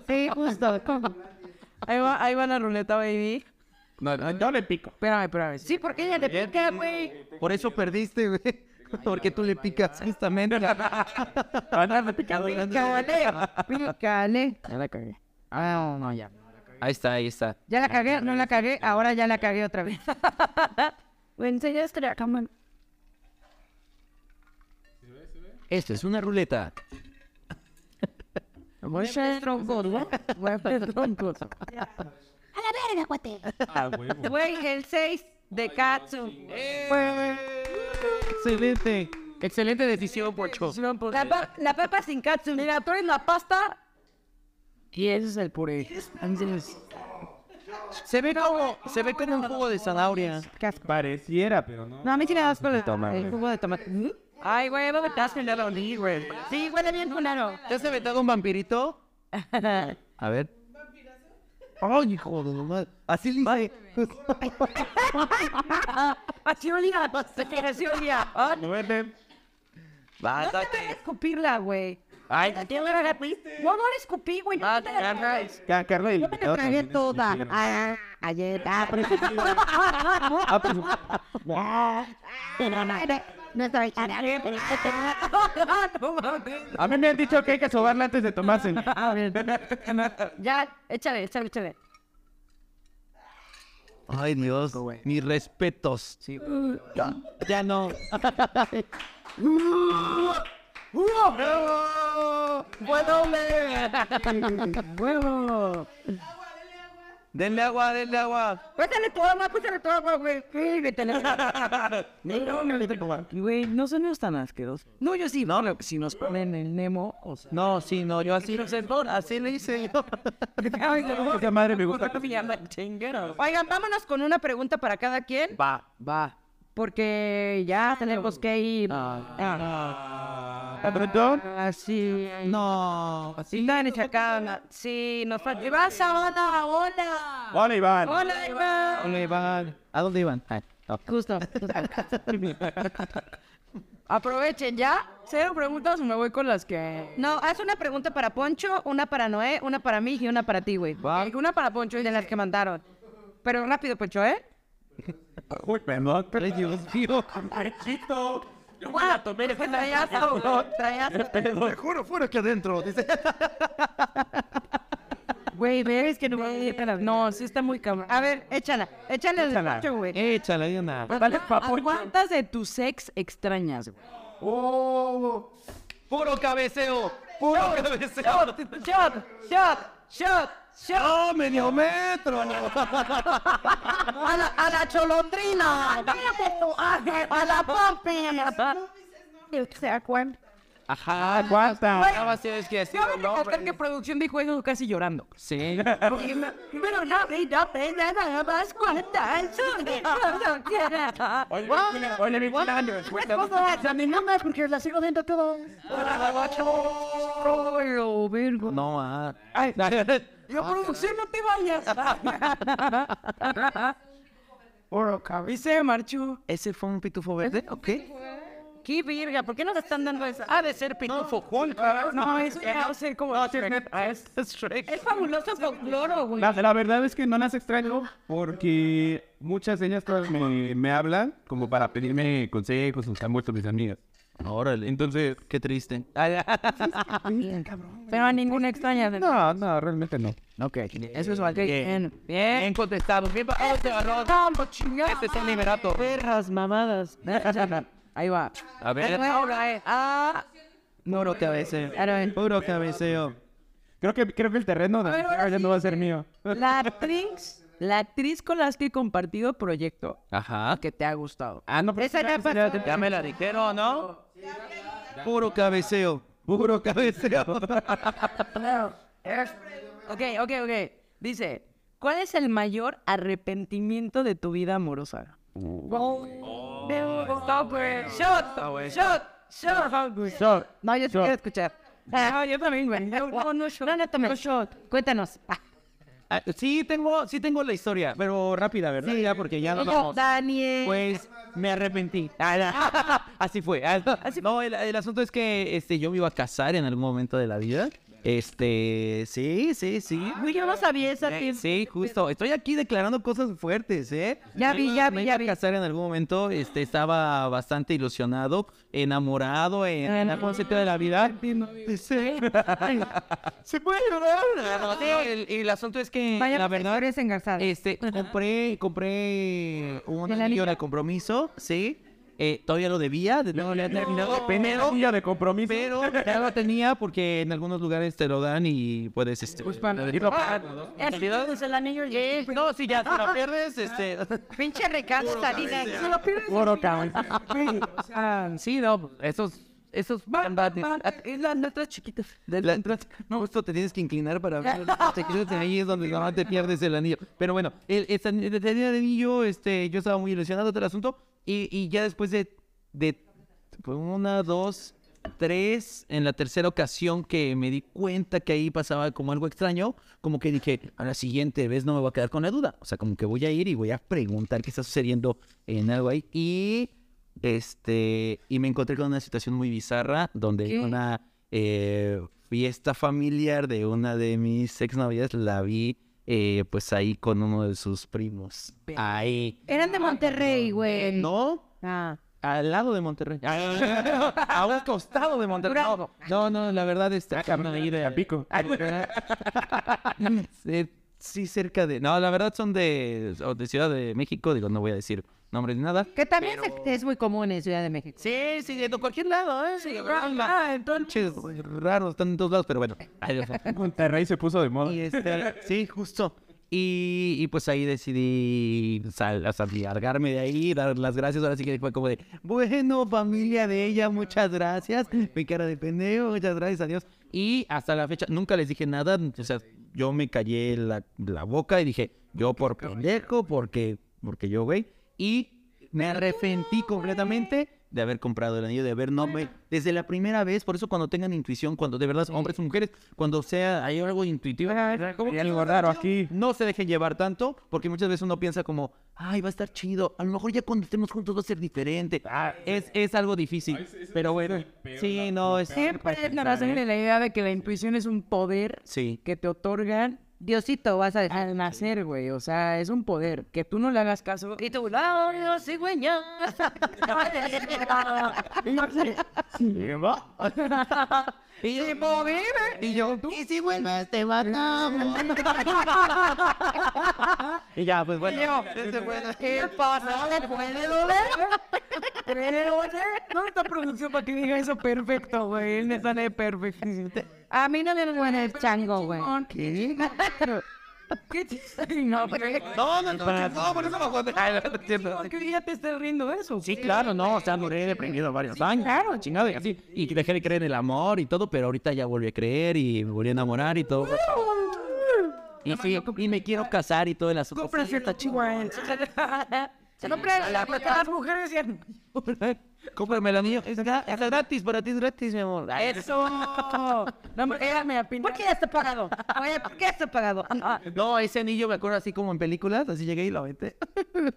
Sí, justo. Ahí va, ahí va la ruleta, baby. No, no, yo le pico. Espérame, espérame. Sí, porque ella le pica, güey. Por eso perdiste, güey. Porque tú le picas justamente. Pícale, pícale. Ya la cagué. Ah, no, ya. Ahí está, ahí está. Ya la cagué, no la cagué, ahora ya la cagué otra vez. Esto es una ruleta. Güey, el 6 de Katsu. Eh. Excelente. Excelente decisión, Poncho. La, pa- la papa sin Katsu. Mira, tú eres la pasta Y ese es el puré. Entonces, Se ve como, se ve como un jugo de zanahoria. Qué asco. Pareciera, pero no. No, a mí sí me das con el, Tomate. el jugo de tomate. Mm. Ay, güey, no me estás en la güey. Sí, huele bien culero. ¿Te has aventado un vampirito? A ver. Ay, hijo de madre. Así le Así olía, pues, así olía. Ah, No vende. no escupirla, güey. Ay, no te voy a dar piste. No, no la escupí, güey. No, te la tragué. Ca- Carla y el Yo me la invitado tragué también toda. escupieron. Ah, ayer. Ah, Ah, pues, No estoy. a mí me han dicho que hay que sobarla antes de tomarse. Ya, échale, échale, échale. Ay, mi Dios. Mis respetos. Sí. Ya, ya no. Huevo. Denle agua, denle agua. Pásale todo, agua, pásale todo, agua, güey. Sí, vete la- Güey, no son ellos tan asquerosos. No, yo sí. No, no, si nos ponen el Nemo, o sea. No, sí, no, yo así lo sé, por- así le hice. Esa madre me gusta. Oigan, vámonos con una pregunta para cada quien, Va. Va. porque ya tenemos que ir. Ah. Ah, ¿A pronto? Así. No. Así la acá. Sí, nos falta. Iván Sabana, hola. Hola, Iván. Hola, Iván. ¿Dónde iban? ¿A dónde iban? Ay, no. Justo. Aprovechen ya. Cero preguntas, me voy con las que. No, haz una pregunta para Poncho, una para Noé, una para mí y una para ti, güey. Una para Poncho y De las que mandaron. Pero rápido, Poncho, ¿eh? Uy, perdón. Ay, Dios mío. Yo voy a tomar Pues traías algo, traías- Te juro, fuera que adentro. Dice, Güey, ves que no No, sí está muy cabrón. A ver, échala. Échale el Poncho, güey. Eh, Échale, Diana. Dale papo. ¿Cuántas de tus ex extrañas, güey? Oh, Puro cabeceo. Puro cabeceo. Shot, shot, shot, shot. ¡No, medio metro! No. A la, a la cholondrina. A la pompi. ¿Se acuerdan? Ajá, aguanta. nada más tienes que decir Cabe el nombre. recalcar que producción dijo eso casi llorando. Sí. Pero no, no, nada más cuántas Oye, Vicuña, oye, Vicuña, no, cuéntame. porque la sigo viendo todo. No, ah. Ay, Yo, producción, no te vayas. Y se marchó. ¿Ese fue un pitufo verde? ¿Ok? Qué virga, ¿por qué nos están dando esa? Ha de ser pitufo Hulk. No, eso ya no sé cómo. Ah, Es fabuloso folcloro, güey. La, la verdad es que no las extraño porque muchas de ellas todas me, me hablan como para pedirme consejos, o se han vuelto mis amigas. Órale. Entonces, Ah, Qué triste. Pero a ninguna extraña. de- no, no, realmente no. Ok. Eso es ok. Bien, Eh. bien. Bien contestado. Bien pa- ¡Oh, te agarró! Este es el liberato. Perras mamadas. Ahí va. A ver. Ahora, eh. Ah, Puro cabeceo. Aaron. eh. Puro cabeceo. Creo que, creo que el terreno de ya no va a ser mío. La actriz, la actriz con las que he compartido proyecto Ajá. que te ha gustado. Ah, no, pero Esa ya pasó. Ya me la dijeron, ¿no? Puro cabeceo. Puro cabeceo. Ok, ok, ok. Dice, ¿cuál es el mayor arrepentimiento de tu vida amorosa? pues. Shot, shot, shot. Shot. No, yo te quiero escuchar. Ah, yo también, güey. No, no, shot. No, no, tome. shot. Cuéntanos. Ah. Ah, Sí tengo, sí tengo la historia, pero rápida, ¿verdad? Ya, porque ya no vamos. Daniel. Pues me arrepentí. Ah, no. Así fue. Ah, no. No, el, el asunto es que este, yo me iba a casar en algún momento de la vida. Este, sí, sí, sí. Uy, yo no sabía esa Eh, tips. Sí, justo. Estoy aquí declarando cosas fuertes, ¿eh? Ya vi, ya vi, ya Me iba a vi. casar en algún momento. Este, estaba bastante ilusionado, enamorado en, en el concepto de la vida. Sí. Ah, Se puede llorar. El- Y el asunto es que, Vaya, la verdad, eres engarzada. este, compré, compré un ¿El anillo anillo? de compromiso, ¿sí? Eh, todavía lo debía, de- no, le había terminado, pero, Anillo de compromiso. pero ya lo tenía porque en algunos lugares te lo dan y puedes... Este, Irlo pagando, ¿no? En realidad es el anillo gay. no, si ya te lo pierdes, este... Pinche Ricardo Salinas. Se lo pierdes. Ah, sí, no, esos, Esos gambates. Ah, Es las letras chiquitas. del- La- no, esto te tienes que inclinar para ver. Te quedas ahí es donde nada más te pierdes el anillo. Pero bueno, el, esta- el día de anillo, este, yo estaba muy ilusionado del asunto. Y, y ya después de, de fue pues, una, dos, tres, en la tercera ocasión que me di cuenta que ahí pasaba como algo extraño, como que dije, a la siguiente vez no me voy a quedar con la duda. O sea, como que voy a ir y voy a preguntar qué está sucediendo en algo ahí. Y este, y me encontré con una situación muy bizarra donde en una eh, fiesta familiar de una de mis exnovias la vi eh, pues ahí con uno de sus primos. Ahí. Eran de Monterrey, güey. No, Ah. al lado de Monterrey. A un costado de Monterrey. No, no, no, la verdad está ahí de Tampico. Sí, sí, cerca de. No, la verdad son de, o de Ciudad de México. Digo, no voy a decir nombres ni nada. Que también se- es muy común en Ciudad de México. Sí, sí, de cualquier lado, ¿eh? Sí, entonces. Raros, están en todos lados, pero bueno. Ahí los- Monterrey se puso de moda. Y este, sí, justo. Y, y pues ahí decidí sal, o sea, largarme de ahí, dar las gracias. Ahora sí que fue como de, bueno, familia de ella, muchas gracias. Mi cara de pendejo, muchas gracias, adiós. Y hasta la fecha nunca les dije nada. O sea, yo me callé la, la boca y dije, yo por pendejo, porque, porque yo, güey. Y me arrepentí completamente de haber comprado el anillo, de haber no me... Desde la primera vez, por eso cuando tengan intuición, cuando de verdad, hombres o mujeres, cuando sea, hay algo intuitivo. como Hay que- algo raro aquí. no se dejen llevar tanto, porque muchas veces uno piensa como, ay, va a estar chido, a lo mejor ya cuando estemos juntos va a ser diferente. es, es algo difícil, pero bueno. sí, no, es... Siempre nos en la idea de que la intuición es un poder Sí, que te otorgan Diosito, vas a decir. al nacer, güey. O sea, es un poder. Que tú no le hagas caso. Y tú, "No, yo soy güeña". Y yo, Y yo, ¿tú? Y si vuelves, te matamos. y ya, pues bueno. Ese fue- ¿Qué pasa? ¿Le puede doler? No está producción para que diga eso perfecto, güey. Él me sale perfecto. A mí no me duele el chango, güey. ¿Qué? ¿Qué chiste? No, güey. No, no, no, no, por eso me aguanté. Ay, no, no, no, no. ¿Por qué ya te estás riendo de eso? Sí, claro, no, o sea, duré deprimido varios años. Claro, chingado, y así. Y dejé de creer en el amor y todo, pero ahorita ya volví a creer y me volví a enamorar y todo. Y, sí, y me quiero casar y todo el asunto. Sí, está chingón. Se compra la Las mujeres decían, Cómprame el anillo. Es, gra- es gratis, para ti es gratis, mi amor. Ay, eso. No, me déjame ¿Por opinar. qué ya está pagado? Oye, ¿por qué está pagado? Ah, No, ese anillo me acuerdo así como en películas, así llegué y lo aventé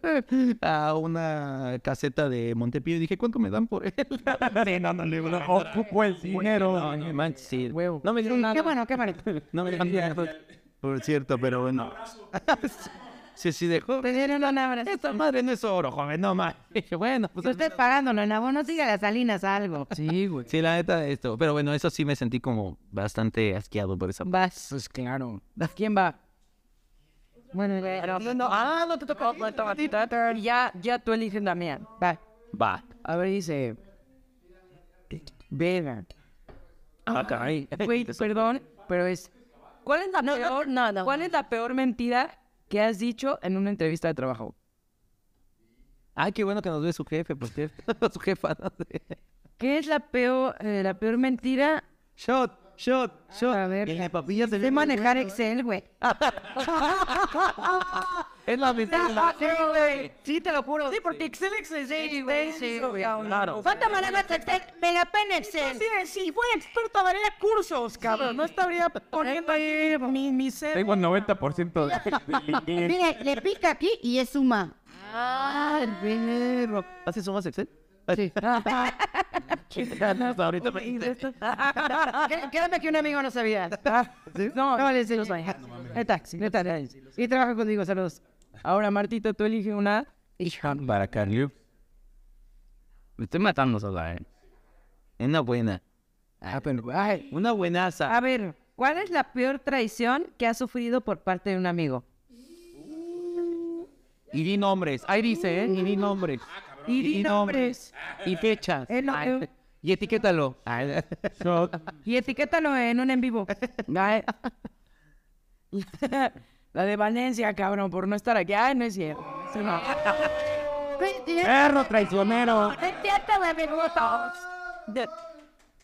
a una caseta de Montepío y dije, ¿cuánto me dan por él? sí, no, no, le no, pues, Ocupo el dinero. no, no, manches, sí. No me dieron sí, nada. Qué bueno, qué bueno. No me dejan nada. Por cierto, pero bueno. Sí, sí, dejó. Esta madre no es oro, joven, no más. Dije, bueno, pues Si usted pagándolo en abono, sigue las salinas algo. Sí, güey. Sí, la neta, esto. Pero bueno, eso sí me sentí como bastante asqueado por esa. Vas. Pues claro. ¿Quién va? Bueno, pero- No, no, ah, no te toca. Ya, ya tú eliges la mía. Va. Va. A ver, dice. Vega. Ah, caray. Güey, perdón, pero es. ¿Cuál es la peor? no, no. ¿Cuál es la peor mentira que has dicho en una entrevista de trabajo? Ah, qué bueno que nos ve su jefe, por cierto. su jefa. no sé. ¿Qué es la peor, eh, la peor mentira? Shot, shot, shot. A ver. En la papilla se De manejar Excel, güey. Es la mentira. Sí, te lo juro. Sí, porque Excel es Sí, güey, sí. Claro. ¿Cuánto manejas Excel? Me la pena Excel. sí, fue experto, daría cursos, cabrón. No estaría poniendo ahí mi, mi ser. Tengo el 90% de- del inglés. Mire, le pica aquí y es suma. Ah, Perro. ¿Haces sumas Excel? Sí. Hasta ahorita me Qué- Créeme que un amigo no sabía. No, no le enseño manejar. Neta, neta, neta. Y trabaja conmigo, saludos. Ahora, Martita, tú elige una. Para Carliu. Me estoy matando sola, eh. Una buena. Ah, pero. Ay. Una buenaza. A ver, ¿cuál es la peor traición que has sufrido por parte de un amigo? Y di nombres. Ahí dice, ¿eh? Y di nombres. Y di nombres. Y fechas. Eh, no, Ay, eh. Y etiquétalo. Ay, Y etiquétalo en un en vivo. ay. La de Valencia, cabrón, por no estar aquí. Ay, no es cierto. Sí, no. ¡Perro traicionero! De-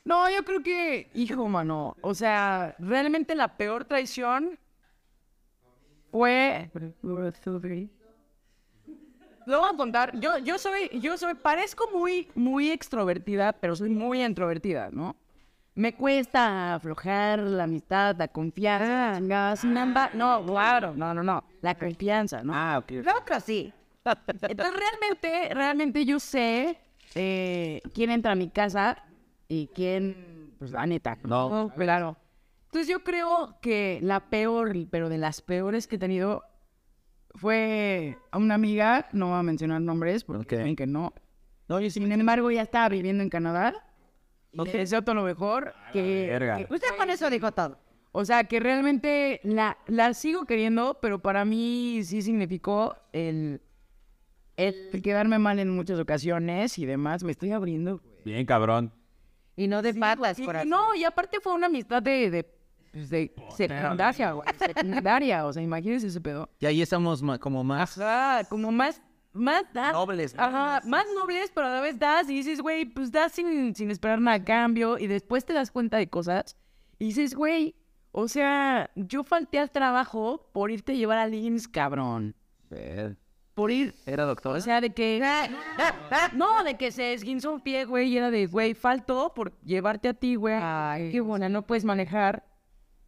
No, yo creo que, hijo, mano, o sea, realmente la peor traición fue... Lo voy a contar, yo, yo soy, yo soy, parezco muy, muy extrovertida, pero soy muy introvertida, ¿no? Me cuesta aflojar la amistad, la confianza, la chingada, sin amba- No, claro, no, no, no, la confianza, ¿no? Ah, ok. Lo otro sí. Entonces, realmente, realmente yo sé eh, quién entra a mi casa y quién, pues, la neta. No. claro. Entonces, yo creo que la peor, pero de las peores que he tenido fue a una amiga, no voy a mencionar nombres porque Ok. saben que no. No, yo sí Sin embargo, ya estaba viviendo en Canadá. Y le deseo todo lo mejor. Que, verga. que- pues, Usted con eso dijo todo. o sea, que realmente la, la sigo queriendo, pero para mí sí significó el, el quedarme mal en muchas ocasiones y demás. Me estoy abriendo. güey. Bien, cabrón. Y no Pues de patas, Y- corazón. no, y aparte fue una amistad de, de, pues, de secundaria, güey. Secundaria, o sea, imagínense ese pedo. Y ahí estamos ma- como más. Ajá, como más, más das. Nobles, ¿no? este. Ajá, más nobles, pero a la vez das y dices, güey, pues das sin, sin esperar nada a cambio y después te das cuenta de cosas y dices, güey, o sea, yo falté al trabajo por irte a llevar al IMSS, cabrón. Por ir, Era doctor. o sea, de que... No, de que se esguinzó un pie, güey, y era de, güey, faltó por llevarte a ti, güey. Ay, qué buena, no puedes manejar.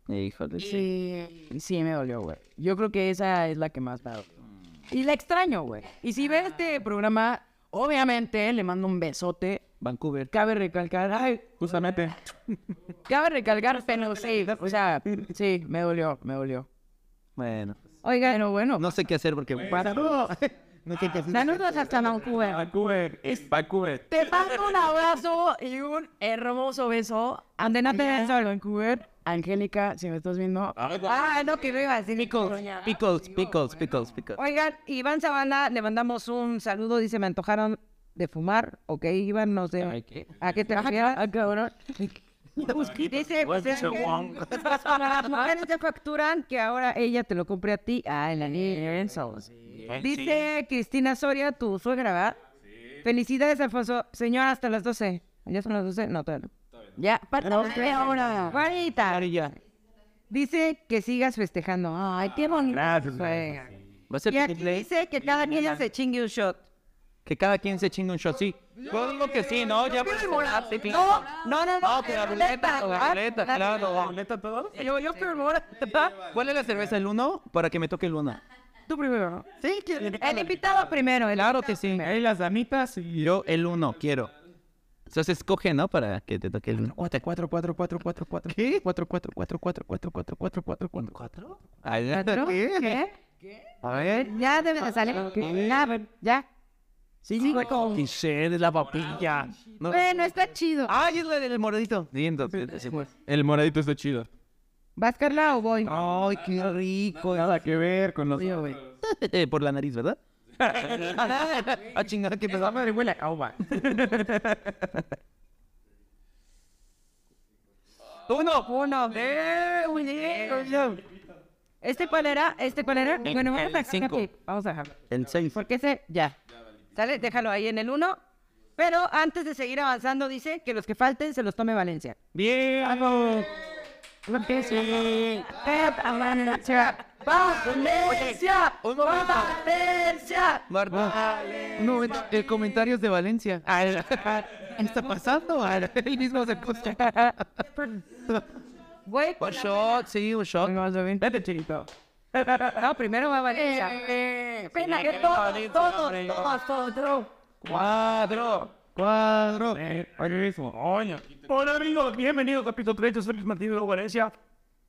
Híjole. Sí, sí me dolió, güey. Yo creo que esa es la que más me dolió. Y la extraño, güey. Y si ve este programa, obviamente le mando un besote. Vancouver. Cabe recalcar, ay, Justamente. cabe recalcar, pero sí, o sea, sí, me dolió, me dolió. Bueno. Oiga, pero bueno, No sé qué hacer porque. Saludos hasta Vancouver. Vancouver. Es Vancouver. te mando un abrazo y un hermoso beso. Andenate de Vancouver. Angélica, si me estás viendo, Ah, no, que no iba a decir. Pickles, pickles, pickles, pickles. Oigan, Iván Sabana, le mandamos un saludo. Dice, me antojaron de fumar. Ok, Iván, no sé. ¿A qué Ah, te refieres? Dice, pues, es que las mujeres te facturan que ahora ella te lo compre a ti. Ah, en la niña. Dice Cristina Soria, tu suegra, ¿verdad? Felicidades, Alfonso. Señora, hasta las 12. ¿Ya son las 12? No, todavía no. Ya, para usted ahora. Juanita. Dice que sigas festejando. Ay, qué bonito. Gracias, suegra. Va a ser Y aquí triple. dice que cada niña se chingue un shot. Que cada quien se chinga un shot, sí. Yo digo que sí, ¿no? Ya No, no, no, no. que la ruleta, la ruleta, claro. ¿Neta todos? Yo, yo primero. ¿Cuál es la cerveza? ¿El uno? Para que me toque el uno. Tú primero. Sí, el invitado primero. El Claro que sí. Ahí las damitas y yo. Yo el uno quiero. Entonces escoge, ¿no? Para que te toque el uno. 4, 4, 4, 4, 4, 4. ¿Qué? 4, 4, 4, 4, 4, 4, 4, 4, 4. ¿Cuatro? Ay, ¿Qué? A ver. Ya debe de salir. Ya, ya. Sí, sí, como- Giselle es la papilla. No. Bueno, está chido. Ay, es la del moradito. Sí, entonces, sí, pues. El moradito está chido. ¿Vas, Carla, o voy? Ay, qué rico. Nada que ver con los. Eh, Por la nariz, ¿verdad? ah, chingada, que pesaba. Uno. Uno. Eh, ¿Este cuál era? ¿Este cuál era? Bueno, vamos a dejarlo Eh. cinco. aquí. Vamos a dejarlo. El seis. Porque ese, ya. ¿Sale? Déjalo ahí en el uno. Pero antes de seguir avanzando, dice que los que falten se los tome Valencia. Bien, Ah, vamos. Marta. No, el, comentarios de Valencia. ¿Qué está pasando? El mismo se puso. Güey, Un shot, sí, un shot. "Oh, Vete, chiquito. no, primero va Valencia. Pena que todos, todos, todos, todos, todos. Cuadro. Cuadro. Oye, mismo. Oño. Hola, amigos. Bienvenidos a capítulo 3. Yo soy Martín de Valencia.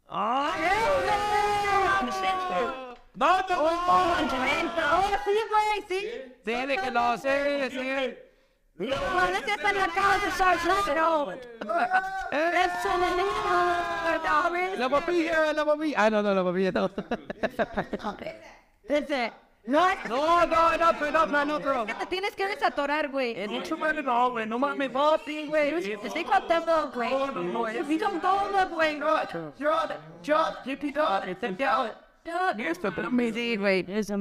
¡No, no! Sí, güey, sí. Sí, déjelo, sí, sí. Valencia está en la casa, pero... Eh. La papilla, la papilla. Ah, no, no, la papilla. No, Dice, no, es- no, no, no, pero no, no, no. te tienes que desatorar, güey. ¡Mucho madre no, güey! ¡No mames! No, sí, güey. Te estoy contando, güey. Sí, son todos, güey. No, yo- yo- yo- yo- yo- yo- Sí, güey. ¡No, no, no,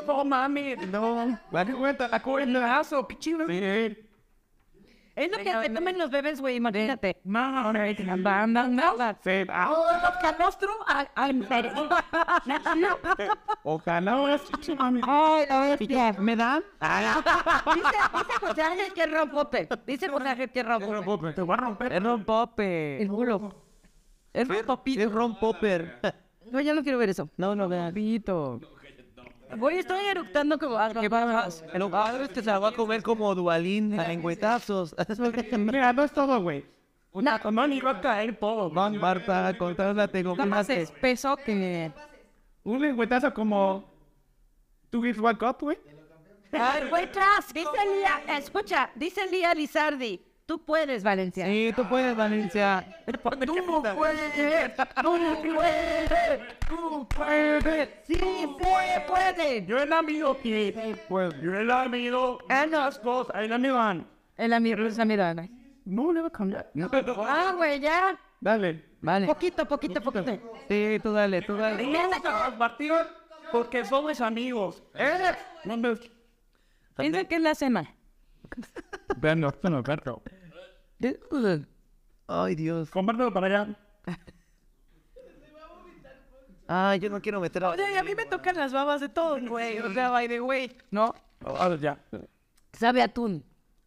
no mames! ¡No! ¡Date cuenta la cuenta! ¡Aso, pichilo! Sí. Es lo que se tomen los bebés, güey, imagínate. Ojalá Sí, ah, ojalá ahora sí, mami. Ay, la bestia. ¿Me dan? Ah. Dice, dice José Ángel que es rompope. Dice José Ángel que es rompope. Te voy a romper. Es rompope. El muro. Es rompopito. Es Ron Popper. No, ya no quiero ver eso. No, no, Rompito. Voy, estoy eructando como... ¿Qué pasa? El padre ah, que se la va a comer como Dualín a lengüetazos. Mira, no es todo, güey. Una no, ni va a caer todo. Van Marta, contrólate con más. espeso que... Un lengüetazo como... ¿Tú ves World Cup, güey? Ay, güey, tras. Dice Lía, escucha, dice Lía Lizardi, tú puedes, Valencia. Sí, tú puedes, Valencia. Tú puedes, tú puedes, tú puedes, sí, puede, puede. Yo el amigo que... Yo el amigo... Ah, no, Dos, el amigo An. el amigo, es amigo. Ana. No le va a cambiar. Ah, güey, ya. Dale. Vale. Poquito, poquito, poquito. Sí, tú dale, tú dale. Martín, porque somos amigos. ¿Eh? No me... Piensa que es la cena. Vean, no, no, perro. Ay, Dios. Compártelo para allá. Ay, yo no quiero meter a... Oye, a mí me tocan las babas de todo, güey. O sea, by the way. ¿No? A ver, ya. Sabe a atún.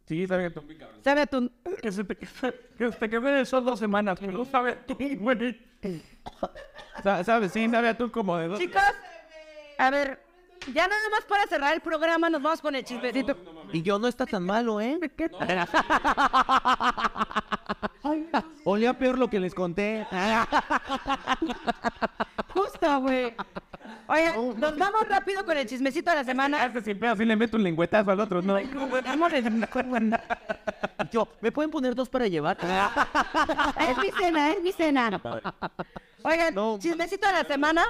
Sí, sabe que Sabe a atún. Que se te que se te quede eso dos semanas. Que no sabe tú, güey. Sa- ¿Sabes? Sí, sabe tú como de dos. Chicos, a ver, ya nada más para cerrar el programa nos vamos con el chismecito. Y yo no está tan malo, ¿eh? Olía peor lo que les conté. Ah, Justo, güey. Oye, nos vamos rápido con el chismecito de la semana. Este sin pedo, así le meto un lengüetazo al otro, ¿no? Yo, ¿me pueden poner dos para llevar? Ah. Es mi cena, es mi cena. Oigan, chismecito de la semana.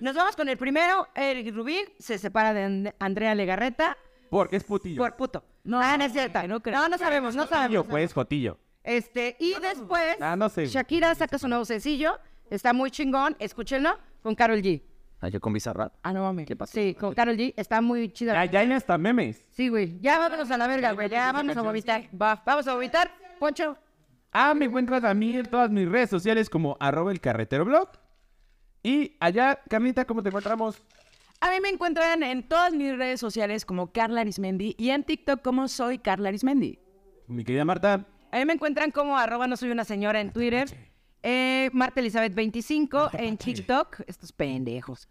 Nos vamos con el primero. Eric Rubín se separa de And- Andrea Legarreta Porque es putillo. por puto. No, ah, no es cierto. No, no sabemos, no Putillo, sabemos. pues, jotillo. Este, y después, Ah, no sé. Shakira saca su nuevo sencillo. Está muy chingón. Escúchenlo con Carol G. Ah, yo con Bizarrap. Ah, no mames. ¿Qué pasa? Sí, con Carol G. Está muy chido. Ya, ya hay hasta memes. Sí, güey. Ya vámonos a la verga, güey. Ya vamos a vomitar. Va, vamos a vomitar. Poncho. Ah, me encuentras a mí en todas mis redes sociales como arroba el carretero blog. Y allá, Carlita, ¿cómo te encontramos? A mí me encuentran en todas mis redes sociales como Carla Arismendi y en TikTok como soy Carla Arismendi. Mi querida Marta. A mí me encuentran como arroba no soy una señora en Twitter. Eh, Marta Elizabeth 25 en TikTok. Estos pendejos.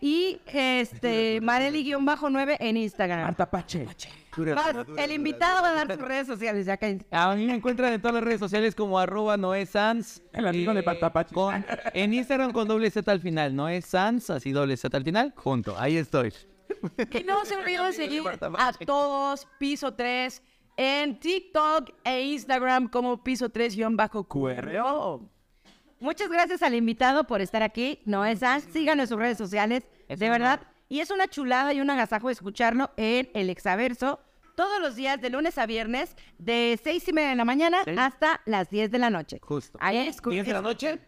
Y este, Mareli-9 en Instagram. Tapache. Vas, el invitado va a dar sus redes sociales. Ya que... A mí me encuentran en todas las redes sociales como arroba Noé Sanz. El amigo Eh, de Patapachi. con- en Instagram con doble Z al final. Noé Sanz, así doble Z al final. Junto, ahí estoy. Y no se olviden de seguir a todos Piso 3 en TikTok e Instagram como Piso 3-QR. Muchas gracias al invitado por estar aquí. Noé Sanz, síganos en sus redes sociales, de verdad. Y es una chulada y un agasajo escucharlo en el Exaverso todos los días de lunes a viernes de seis y media de la mañana hasta las 10 de la noche. Justo. Ahí escu- ¿Diez de la noche?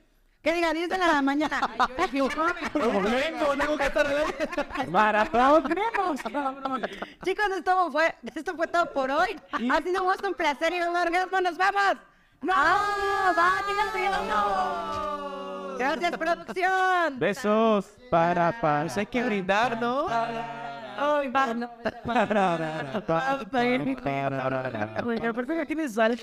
Que diga 10 de la mañana. Maratón. Chicos, esto fue, esto fue todo por hoy. Ha sido un gusto, un placer y un orgasmo. ¡Nos vamos! ¡No! Ah, ¡Vámonos! ¡No! Gracias, producción. Besos para Pues paz. hay que brindar, ¿no? Ay, va, no. Para, para, para, para, para, para. Pero perfecto, aquí me sale.